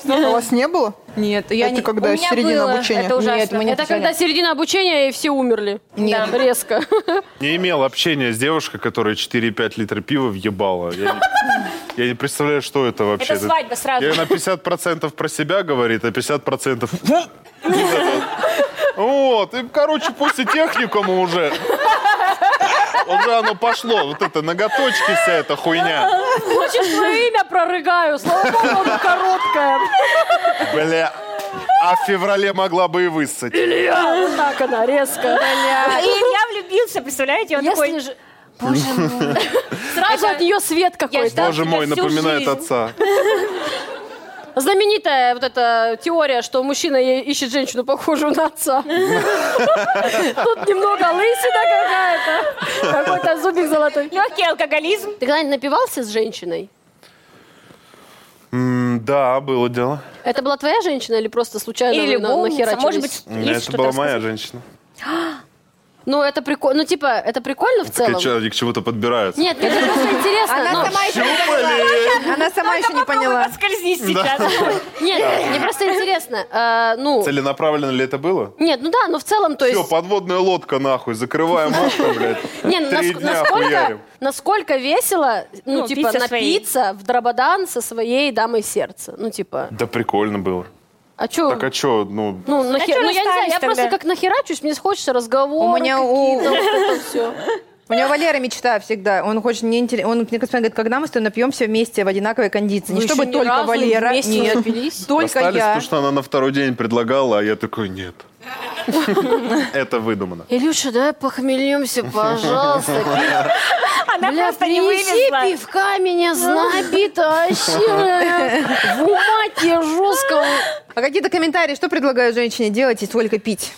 Speaker 4: у вас не было?
Speaker 2: Нет, я
Speaker 4: это
Speaker 2: не...
Speaker 3: У
Speaker 4: когда
Speaker 3: меня
Speaker 4: середина
Speaker 3: было,
Speaker 4: обучения.
Speaker 3: это ужасно.
Speaker 2: Нет, мы не
Speaker 1: Это
Speaker 2: отмечали.
Speaker 1: когда середина обучения, и все умерли.
Speaker 2: Нет.
Speaker 1: Да, Резко.
Speaker 6: Не имел общения с девушкой, которая 4-5 литра пива въебала. Я не, я не представляю, что это вообще.
Speaker 3: Это свадьба сразу.
Speaker 6: Я на 50% про себя говорит, а 50%... Вот, и, короче, после техникума уже... Уже оно пошло, вот это, ноготочки вся эта хуйня.
Speaker 1: Хочешь, твое имя прорыгаю. Слава богу, оно короткое.
Speaker 6: Бля, а в феврале могла бы и высать.
Speaker 1: Вот так она, резко.
Speaker 3: А, И я влюбился, представляете? Он
Speaker 1: Если
Speaker 3: такой,
Speaker 1: же... Сразу от нее свет
Speaker 3: Я
Speaker 1: какой-то.
Speaker 3: ждала.
Speaker 6: Боже мой,
Speaker 3: всю
Speaker 6: напоминает
Speaker 3: жизнь.
Speaker 6: отца.
Speaker 1: Знаменитая вот эта теория, что мужчина е- ищет женщину, похожую на отца. Тут немного лысина какая-то, какой-то зубик золотой.
Speaker 3: легкий алкоголизм.
Speaker 1: Ты когда-нибудь напивался с женщиной?
Speaker 6: М, Да, было дело.
Speaker 1: Это была твоя женщина или просто случайно
Speaker 3: Или
Speaker 1: вы на-
Speaker 3: любовница,
Speaker 1: нахерачились?
Speaker 3: может быть,
Speaker 6: У меня
Speaker 3: есть
Speaker 6: Это
Speaker 3: что-то
Speaker 6: была
Speaker 3: рассказать?
Speaker 6: моя женщина.
Speaker 1: Ну, это прикольно. Ну, типа, это прикольно в
Speaker 6: Так
Speaker 1: целом?
Speaker 6: я чё, они к чему-то подбираются.
Speaker 1: Нет, мне просто интересно. ну,
Speaker 2: Она
Speaker 1: но-
Speaker 2: сама еще не поняла.
Speaker 6: Щупали!
Speaker 2: Она сама еще не
Speaker 3: Попробуй
Speaker 2: поняла.
Speaker 3: подскользнись сейчас.
Speaker 1: Нет, мне просто интересно. а, Ну,
Speaker 6: Целенаправленно ли это было?
Speaker 1: нет, ну да, но в целом, то
Speaker 6: Все,
Speaker 1: есть...
Speaker 6: подводная лодка нахуй, закрываем окна, блядь.
Speaker 1: Не, ну,
Speaker 6: Три
Speaker 1: наск-
Speaker 6: дня
Speaker 1: насколько,
Speaker 6: хуярим.
Speaker 1: насколько весело, ну,
Speaker 3: Ну,
Speaker 1: типа,
Speaker 3: пить со своей.
Speaker 1: напиться в драбадан со своей дамой сердца. Ну, типа,
Speaker 6: Да прикольно было.
Speaker 1: а чё?
Speaker 6: Так а чё, ну...
Speaker 1: Ну, нахер-
Speaker 3: чё
Speaker 1: ну, я не знаю,
Speaker 3: расстались
Speaker 1: я просто
Speaker 3: тогда?
Speaker 1: как нахерачусь, мне хочется разговора.
Speaker 2: У меня у-
Speaker 1: какие-то, вот это всё.
Speaker 2: У него Валера мечта всегда. Он хочет мне интерес- Он мне постоянно говорит, когда мы с тобой напьемся вместе в одинаковой кондиции.
Speaker 1: Вы
Speaker 2: не чтобы
Speaker 1: ещё ни
Speaker 2: только
Speaker 1: разу
Speaker 2: Валера.
Speaker 1: вместе не
Speaker 2: Нет.
Speaker 1: напились?
Speaker 2: Только
Speaker 6: Остались,
Speaker 2: я.
Speaker 6: потому что она на второй день предлагала, а я такой, нет. Это выдумано.
Speaker 1: Илюша, давай похмельемся, пожалуйста.
Speaker 3: Она
Speaker 1: Бля,
Speaker 3: просто не
Speaker 1: принеси
Speaker 3: вывезла.
Speaker 1: пивка меня, знобит вообще. бля, В умате жестко.
Speaker 2: А какие-то комментарии, что предлагаю женщине делать и сколько пить?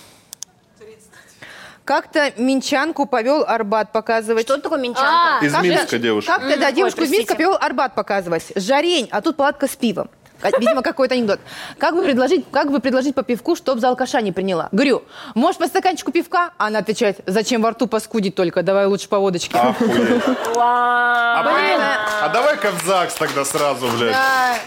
Speaker 2: Как-то минчанку повел Арбат показывать.
Speaker 3: Что такое минчанка?
Speaker 6: А, Из Минска девушка.
Speaker 2: Как-то, да, девушку из Минска
Speaker 3: простите.
Speaker 2: повел Арбат показывать. Жарень, а тут палатка с пивом. А, Видимо, какой-то анекдот. Как бы предложить, как бы предложить по пивку, чтоб за алкаша не приняла? Говорю, может, по стаканчику пивка? Она отвечает, зачем во рту паскудить только, давай лучше по водочке.
Speaker 6: А, Охуеть.
Speaker 3: Вау.
Speaker 6: А, блин, а давай-ка в ЗАГС тогда сразу, блядь.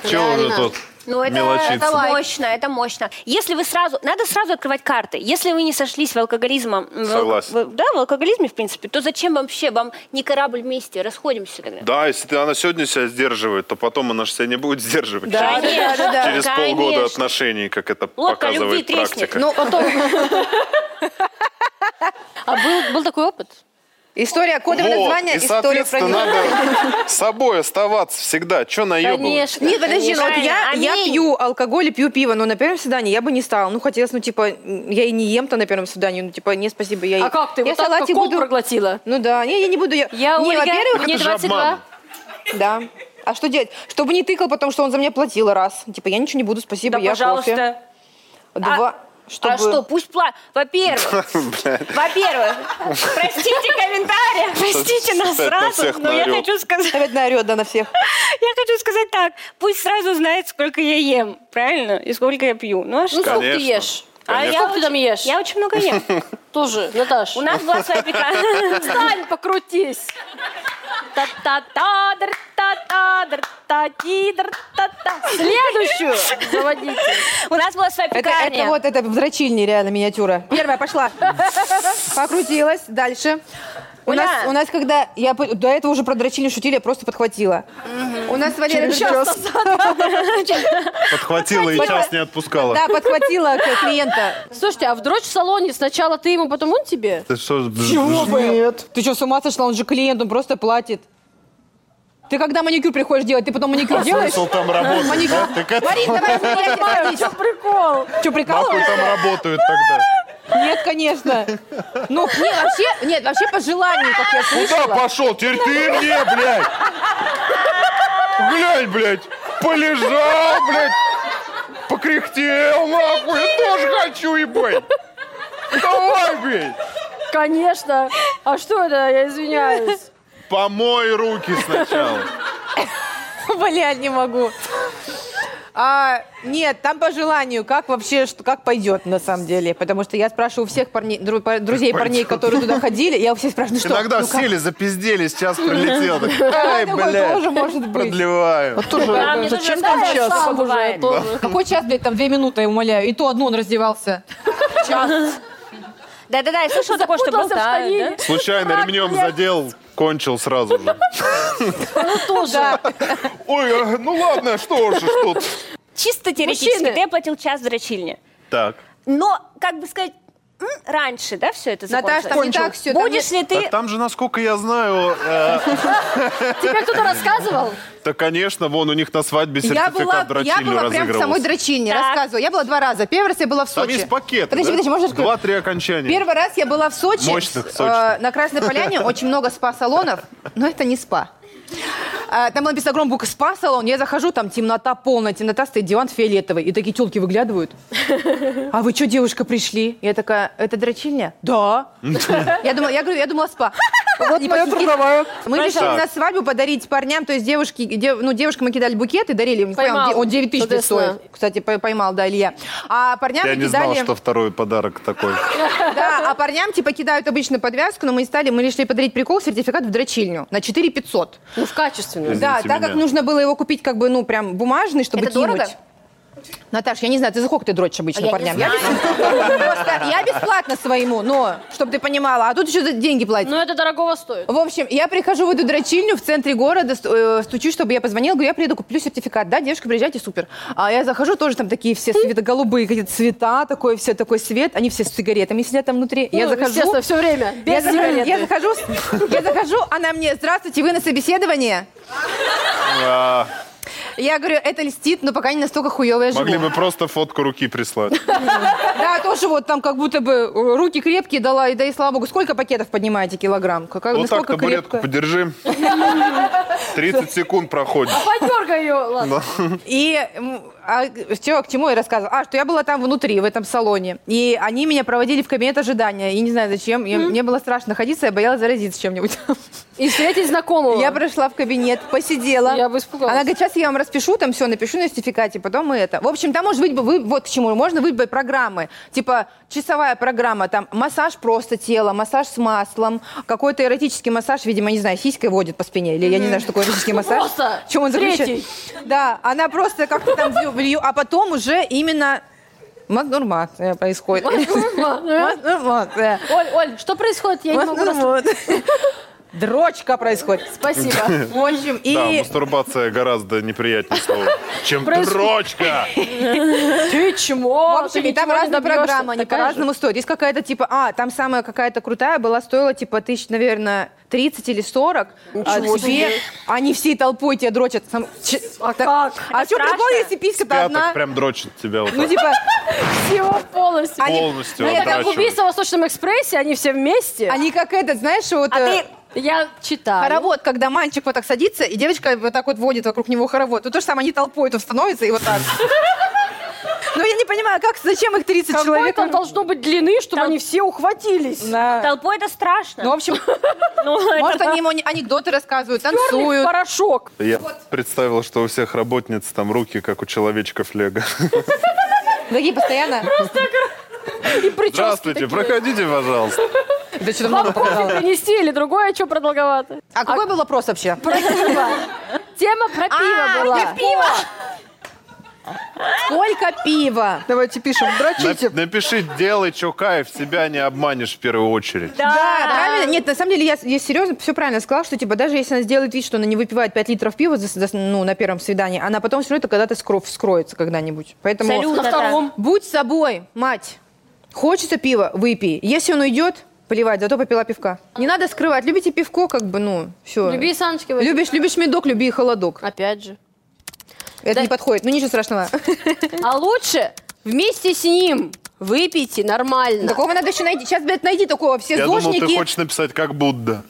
Speaker 6: Чего уже тут?
Speaker 3: Ну, это,
Speaker 6: Мелочиться.
Speaker 3: это мощно, это мощно. Если вы сразу... Надо сразу открывать карты. Если вы не сошлись в алкоголизме... в ал-
Speaker 6: Согласен.
Speaker 3: в- да, в алкоголизме, в принципе, то зачем вообще вам не корабль вместе? Расходимся тогда.
Speaker 6: Да, если ты- она сегодня себя сдерживает, то потом она же себя не будет сдерживать.
Speaker 3: Да,
Speaker 6: через
Speaker 3: конечно, да,
Speaker 6: через полгода
Speaker 3: конечно.
Speaker 6: отношений, как это
Speaker 3: Лодка
Speaker 6: показывает
Speaker 3: любви треснет.
Speaker 6: практика.
Speaker 2: Ну, потом
Speaker 1: А был, был такой опыт?
Speaker 2: история кодовое
Speaker 6: Вот,
Speaker 2: название,
Speaker 6: и,
Speaker 2: история про
Speaker 6: соответственно,
Speaker 2: меня.
Speaker 6: надо собой оставаться всегда. Че наебывать?
Speaker 1: Конечно.
Speaker 2: Нет, подожди, ну вот я,
Speaker 3: Правильно,
Speaker 2: я
Speaker 3: аминь.
Speaker 2: пью алкоголь и пью пиво, но на первом свидании я бы не стала. Ну, хотелось, ну, типа, я и не ем-то на первом свидании, ну, типа, не, спасибо, я...
Speaker 1: А как ты?
Speaker 2: Я
Speaker 1: вот так
Speaker 2: салатик
Speaker 1: как кол
Speaker 2: буду...
Speaker 1: проглотила?
Speaker 2: Ну да, не, я не буду. Я,
Speaker 1: Я,
Speaker 2: не,
Speaker 1: Ольга,
Speaker 2: во-первых,
Speaker 1: мне
Speaker 6: это же
Speaker 1: 22.
Speaker 6: обман.
Speaker 2: да. А что делать? Чтобы не тыкал, потому что он за меня платил раз. Типа, я ничего не буду, спасибо,
Speaker 3: Да,
Speaker 2: я кофе.
Speaker 3: пожалуйста.
Speaker 2: Два. чтобы...
Speaker 3: А что, пусть пла... Во-первых, во-первых, простите комментарии, простите нас
Speaker 6: Опять на
Speaker 3: сразу,
Speaker 6: всех
Speaker 3: но я
Speaker 6: наорёт.
Speaker 3: хочу сказать...
Speaker 2: Опять наорет, да, на всех.
Speaker 3: Я хочу сказать так, пусть сразу знает, сколько я ем, правильно? И сколько я пью. Ну а
Speaker 1: Ну,
Speaker 3: что?
Speaker 1: сколько ты
Speaker 6: Конечно.
Speaker 1: ешь?
Speaker 3: А
Speaker 6: Конечно.
Speaker 3: я
Speaker 1: Сколько ты
Speaker 3: очень-
Speaker 1: там ешь?
Speaker 3: Я очень много ем.
Speaker 1: Тоже, Наташ.
Speaker 3: У нас была своя прекрасная...
Speaker 1: Встань, покрутись. Та-та-та, др, та-та, др, та-ти, др, та-та. Следующую заводите.
Speaker 3: У нас была своя
Speaker 2: Это, это
Speaker 3: пекарня.
Speaker 2: вот, это в дрочильне реально миниатюра. Первая пошла. Покрутилась. Дальше. У
Speaker 3: Бля.
Speaker 2: нас, у нас, когда я по- до этого уже про дрочильню шутили, я просто подхватила. У нас Валерия
Speaker 4: Через час.
Speaker 6: Подхватила и час не отпускала.
Speaker 2: Да, подхватила к- клиента.
Speaker 1: Слушайте, а в дрочь в салоне сначала ты ему, потом он тебе?
Speaker 6: Ты что, ж-
Speaker 4: Нет.
Speaker 2: Ты что, с ума сошла? Он же клиент, он просто платит. Ты когда маникюр приходишь делать, ты потом маникюр делаешь?
Speaker 6: смысл там работать?
Speaker 2: Маникюр.
Speaker 6: да? Так это
Speaker 2: Марин, давай разбирайся.
Speaker 1: Прикол.
Speaker 2: Что,
Speaker 6: нахуй
Speaker 2: прикалываешься?
Speaker 6: там работают тогда?
Speaker 2: Нет, конечно. Ну, не, вообще, нет, вообще по желанию, как я
Speaker 6: Куда
Speaker 2: слышала.
Speaker 6: пошел? Теперь ты мне, блядь! Глянь, блядь! Полежал, блядь! Покряхтел, нахуй! Я тоже хочу, ебать! Давай, блядь!
Speaker 1: Конечно. А что это? Я извиняюсь.
Speaker 6: Помой руки сначала.
Speaker 2: Блядь, не могу. А, нет, там по желанию, как вообще, что, как пойдет на самом деле. Потому что я спрашиваю у всех парней, дру- пар- друзей парней,
Speaker 6: пойдет.
Speaker 2: которые туда ходили, я у всех спрашиваю, ну что?
Speaker 6: Иногда
Speaker 2: ну как?
Speaker 6: сели, запиздели, сейчас прилетел. так, Ай,
Speaker 2: такое тоже может
Speaker 6: блядь!
Speaker 2: быть.
Speaker 6: Продлеваю.
Speaker 4: Вот тоже,
Speaker 3: Да, мне тоже
Speaker 4: зачем
Speaker 3: иногда
Speaker 4: там
Speaker 3: я
Speaker 4: час?
Speaker 3: сам
Speaker 1: Уже
Speaker 3: бывает.
Speaker 1: тоже.
Speaker 2: Какой час, блядь, там две минуты, я умоляю. И то одно он раздевался.
Speaker 3: Да-да-да, я слышала такое, что
Speaker 1: Запутался в штанине.
Speaker 3: болтают. да?
Speaker 6: Случайно ремнем задел, кончил сразу же.
Speaker 2: Ну, Да.
Speaker 6: Ой, а, ну ладно, что же ж тут.
Speaker 3: Чисто теоретически,
Speaker 1: Мужчины.
Speaker 3: ты оплатил час дрочильни.
Speaker 6: Так.
Speaker 3: Но, как бы сказать, м, раньше, да, все это закончилось?
Speaker 2: Наташ, там не так все.
Speaker 3: Будешь ли
Speaker 6: Так
Speaker 3: ты...
Speaker 6: там же, насколько я знаю, э,
Speaker 1: Тебе кто-то рассказывал?
Speaker 6: Да, конечно, вон у них на свадьбе
Speaker 2: Я была,
Speaker 6: сертификат дрочильный
Speaker 2: я была прям в самой
Speaker 6: разыгрывался.
Speaker 2: дрочильне,
Speaker 3: Так.
Speaker 2: рассказывала. Я была два раза. Первый раз я была в Сочи.
Speaker 6: Там есть пакет.
Speaker 2: Подожди, подожди, можно я скажу?
Speaker 6: Два-три окончания.
Speaker 2: Первый раз я была в Сочи.
Speaker 6: Мощных,
Speaker 2: э,
Speaker 6: сочных.
Speaker 2: на Красной Поляне очень много спа-салонов, но это не спа. А, Там была написана огромная буква «спа-салон». Я захожу, там темнота полная, темнота стоит, диван фиолетовый. И такие тёлки выглядывают. А вы что, девушка, пришли? Я такая, это дрочильня? Да. Я думала, я говорю, я думала спа. Вот моя трудовая. Ну Мы решили
Speaker 6: Так.
Speaker 2: на свадьбу подарить парням, то есть девушки, де- ну, девушкам мы кидали букеты, дарили им.
Speaker 1: Поймал.
Speaker 2: Он 9 тысяч
Speaker 1: Чудесно.
Speaker 2: стоит. Кстати, по- поймал, да, Илья. А парням
Speaker 6: Я
Speaker 2: мы
Speaker 6: не знал,
Speaker 2: кидали-
Speaker 6: что второй подарок такой.
Speaker 2: да, а парням типа кидают обычно подвязку, но мы не стали, мы решили подарить прикол сертификат в дрочильню на 4 500.
Speaker 1: Ну, в качественную.
Speaker 6: Извините
Speaker 2: да, так
Speaker 6: меня.
Speaker 2: как нужно было его купить как бы, ну, прям бумажный, чтобы
Speaker 3: Это
Speaker 2: кинуть.
Speaker 3: дорого?
Speaker 2: Наташ, я не знаю, ты за сколько ты дрочишь обычно
Speaker 3: Я не
Speaker 2: парням? Я, бес- просто, я бесплатно своему, но, чтобы ты понимала, а тут еще за деньги платят.
Speaker 1: Но Ну, это дорогого стоит.
Speaker 2: В общем, я прихожу в эту дрочильню в центре города, ст- э, стучу, чтобы я позвонила, говорю, я приеду, куплю сертификат. Да, девушка, приезжайте, супер. А я захожу, тоже там такие все светоголубые какие-то цвета, такое все, такой свет. Они все с сигаретами сидят там внутри. я
Speaker 1: Ну,
Speaker 2: захожу,
Speaker 1: Естественно, все время.
Speaker 2: я,
Speaker 1: Без
Speaker 2: захожу, я
Speaker 1: сигареты.
Speaker 2: захожу, я захожу, она мне, здравствуйте, вы на собеседование?
Speaker 6: А,
Speaker 2: Я говорю, это льстит, но пока не настолько хуевая
Speaker 6: могли бы
Speaker 2: жена.
Speaker 6: просто фотку руки прислать.
Speaker 2: Да, тоже вот там как будто бы э, руки крепкие дала, и да и слава богу. Сколько пакетов поднимаете килограмм? Как,
Speaker 6: Вот так
Speaker 2: насколько
Speaker 6: табуретку
Speaker 2: крепко?
Speaker 6: подержи. 30 секунд проходит.
Speaker 1: Подергай ее. Ладно.
Speaker 2: И м, а, чё, к чему я рассказывала? А, что я была там внутри, в этом салоне. И они меня проводили в кабинет ожидания. И не знаю зачем. Я- Мне было страшно находиться, я боялась заразиться чем-нибудь.
Speaker 1: И встретить знакомого.
Speaker 2: Я прошла в кабинет, посидела.
Speaker 1: Я бы испугалась.
Speaker 2: Она говорит, сейчас я вам распишу, там все, напишу на сертификате, потом мы это. В общем, там может быть, бы вы, вот к чему, можно выбрать программы. Типа часовая программа, там массаж просто тела, массаж с маслом, какой-то эротический массаж, видимо, не знаю, сиськой водит по спине, или я не знаю, что такое эротический массаж.
Speaker 1: Просто
Speaker 2: В чем он
Speaker 1: третий.
Speaker 2: заключается? Да, она просто как-то там лью- лью, а потом уже именно мастурбация происходит. Мастурбация.
Speaker 1: Оль, Оль, что происходит? Я не могу рас-
Speaker 2: Мастурбация. Дрочка происходит.
Speaker 1: Спасибо.
Speaker 2: В общем,
Speaker 6: Да,
Speaker 2: и...
Speaker 6: мастурбация гораздо неприятнее слово, чем
Speaker 1: Происходит.
Speaker 6: дрочка.
Speaker 1: Ты чмо?
Speaker 2: В общем, и там разные программы, они по-разному стоят. Есть какая-то типа, а, там самая какая-то крутая была, стоила типа тысяч, наверное, 30 или 40. А
Speaker 1: Ничего
Speaker 2: тебе,
Speaker 1: себе.
Speaker 2: они всей толпой тебя дрочат. Сам- Ч-
Speaker 1: А
Speaker 2: так-
Speaker 1: как?
Speaker 2: А что прикол,
Speaker 3: страшно?
Speaker 2: если писька-то
Speaker 6: Я так
Speaker 2: одна?
Speaker 6: прям дрочит тебя вот
Speaker 2: Ну,
Speaker 6: так.
Speaker 2: типа,
Speaker 1: Всего полностью.
Speaker 2: Они-
Speaker 6: Полностью
Speaker 1: Это как
Speaker 6: отдрачиваю.
Speaker 1: убийство в Восточном экспрессе, они все вместе.
Speaker 2: они как этот, знаешь, вот...
Speaker 3: А
Speaker 2: э,
Speaker 3: ты
Speaker 1: Я читаю.
Speaker 2: Хоровод, когда мальчик вот так садится, и девочка вот так вот водит вокруг него хоровод. Ну, то же самое, они толпой тут становятся и вот так. Ну, я не понимаю, как, зачем их 30
Speaker 1: Какой
Speaker 2: человек?
Speaker 1: там должно быть длины, чтобы они все ухватились?
Speaker 2: Да.
Speaker 3: Толпой это страшно.
Speaker 2: Ну, в общем,
Speaker 3: Ну, это
Speaker 2: может,
Speaker 3: да.
Speaker 2: они ему не- анекдоты рассказывают,
Speaker 1: Черный
Speaker 2: танцуют.
Speaker 1: порошок.
Speaker 6: Я представил, что у всех работниц там руки, как у человечков Лего.
Speaker 2: Такие постоянно.
Speaker 1: И прически
Speaker 6: Здравствуйте,
Speaker 1: такие.
Speaker 6: проходите, пожалуйста.
Speaker 2: Да что
Speaker 1: Вам кофе принести или другое, что продолговато?
Speaker 2: А какой был вопрос вообще? А,
Speaker 1: Про пиво. Тема про пиво была.
Speaker 2: Сколько пива?
Speaker 4: Давайте пишем, дрочите.
Speaker 6: Нап- Напиши, делай, чё кайф, себя не обманешь в первую очередь.
Speaker 3: Да.
Speaker 1: А.
Speaker 2: Да, правильно? Нет, на самом деле, я, я серьезно все правильно сказала, что, типа, даже если она сделает вид, что она не выпивает 5 литров пива за- за- ну, на первом свидании, она потом все равно это когда-то скро- вскроется когда-нибудь. Поэтому...
Speaker 3: Абсолютно.
Speaker 1: На втором.
Speaker 2: Будь собой, мать. Хочется пива, выпей. Если он уйдет, поливать, зато попила пивка. Не надо скрывать. Любите пивко, как бы, ну, все.
Speaker 1: Люби саночки. возьми.
Speaker 2: Любишь, любишь медок, люби и холодок.
Speaker 1: Опять же.
Speaker 2: Это
Speaker 1: Да.
Speaker 2: не подходит. Ну, ничего страшного.
Speaker 1: А лучше вместе с ним выпейте нормально.
Speaker 2: Такого надо еще найти. Сейчас, блядь, найди такого. Все
Speaker 6: Я думал, ты
Speaker 2: зожники.
Speaker 6: хочешь написать как Будда.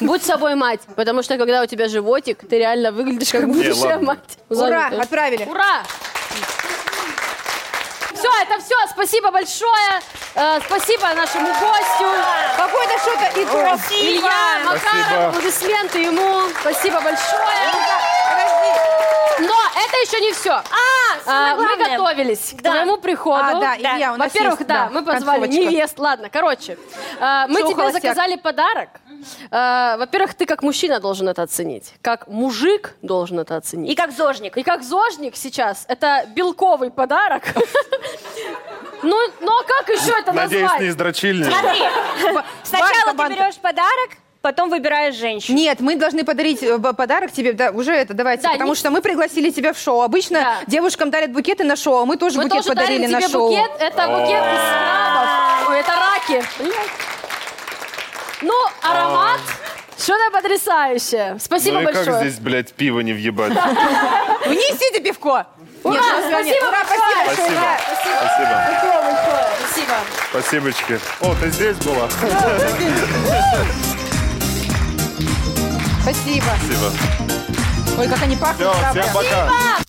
Speaker 1: Будь собой мать, потому что когда у тебя животик, ты реально выглядишь как будущая
Speaker 6: ладно.
Speaker 1: мать.
Speaker 2: Ура,
Speaker 1: Занято.
Speaker 2: отправили.
Speaker 1: Ура! Все, это все. Спасибо большое. Э, спасибо нашему гостю.
Speaker 2: Какой-то что-то и то.
Speaker 1: Илья Макаров,
Speaker 6: Спасибо.
Speaker 1: аплодисменты ему. Спасибо большое. Но это еще не все.
Speaker 3: А, самое
Speaker 1: мы
Speaker 3: главное.
Speaker 1: готовились к
Speaker 3: Да.
Speaker 1: твоему приходу.
Speaker 2: А, да,
Speaker 3: Да.
Speaker 2: Илья, у нас
Speaker 1: Во-первых,
Speaker 2: есть,
Speaker 1: да, мы позвали
Speaker 2: концовочка.
Speaker 1: невест. Ладно, короче, э, мы
Speaker 2: Шоу
Speaker 1: тебе
Speaker 2: «Холостяк».
Speaker 1: заказали подарок. Э, Во-первых, ты как мужчина должен это оценить, как мужик должен это оценить.
Speaker 3: И как зожник.
Speaker 1: И как зожник сейчас, это белковый подарок. Ну, но как еще это
Speaker 6: Надеюсь, не
Speaker 1: назвать?
Speaker 6: из дрочильни.
Speaker 3: Смотри, сначала ты
Speaker 2: банка.
Speaker 3: берешь подарок, потом выбираешь женщину.
Speaker 2: Нет, мы должны подарить э, б- подарок тебе, да, уже это, давайте,
Speaker 1: Да,
Speaker 2: потому
Speaker 1: не-
Speaker 2: что мы пригласили тебя в шоу. Обычно
Speaker 1: Да.
Speaker 2: девушкам дарят букеты на шоу, а мы тоже
Speaker 1: Мы
Speaker 2: букет
Speaker 1: тоже
Speaker 2: подарили
Speaker 1: дарим
Speaker 2: на
Speaker 1: тебе
Speaker 2: шоу.
Speaker 1: букет. Это букет из крабов. Ой, Это раки. Блядь. Ну, аромат. Что-то потрясающее. Спасибо
Speaker 6: Ну и как
Speaker 1: большое.
Speaker 6: здесь, блядь, пиво не въебать?
Speaker 2: Внесите Ну, пивко!
Speaker 1: Ура,
Speaker 2: Нет, у нас сегодня-
Speaker 1: спасибо
Speaker 2: Ура,
Speaker 1: большое.
Speaker 2: спасибо! большое,
Speaker 6: Спасибо.
Speaker 2: Ура.
Speaker 6: Спасибо.
Speaker 1: Спасибо.
Speaker 6: Спасибочки. О, ты здесь была?
Speaker 2: Спасибо.
Speaker 6: Спасибо.
Speaker 2: Ой, как они пахнут,
Speaker 6: Все,
Speaker 2: правда.
Speaker 6: всем пока.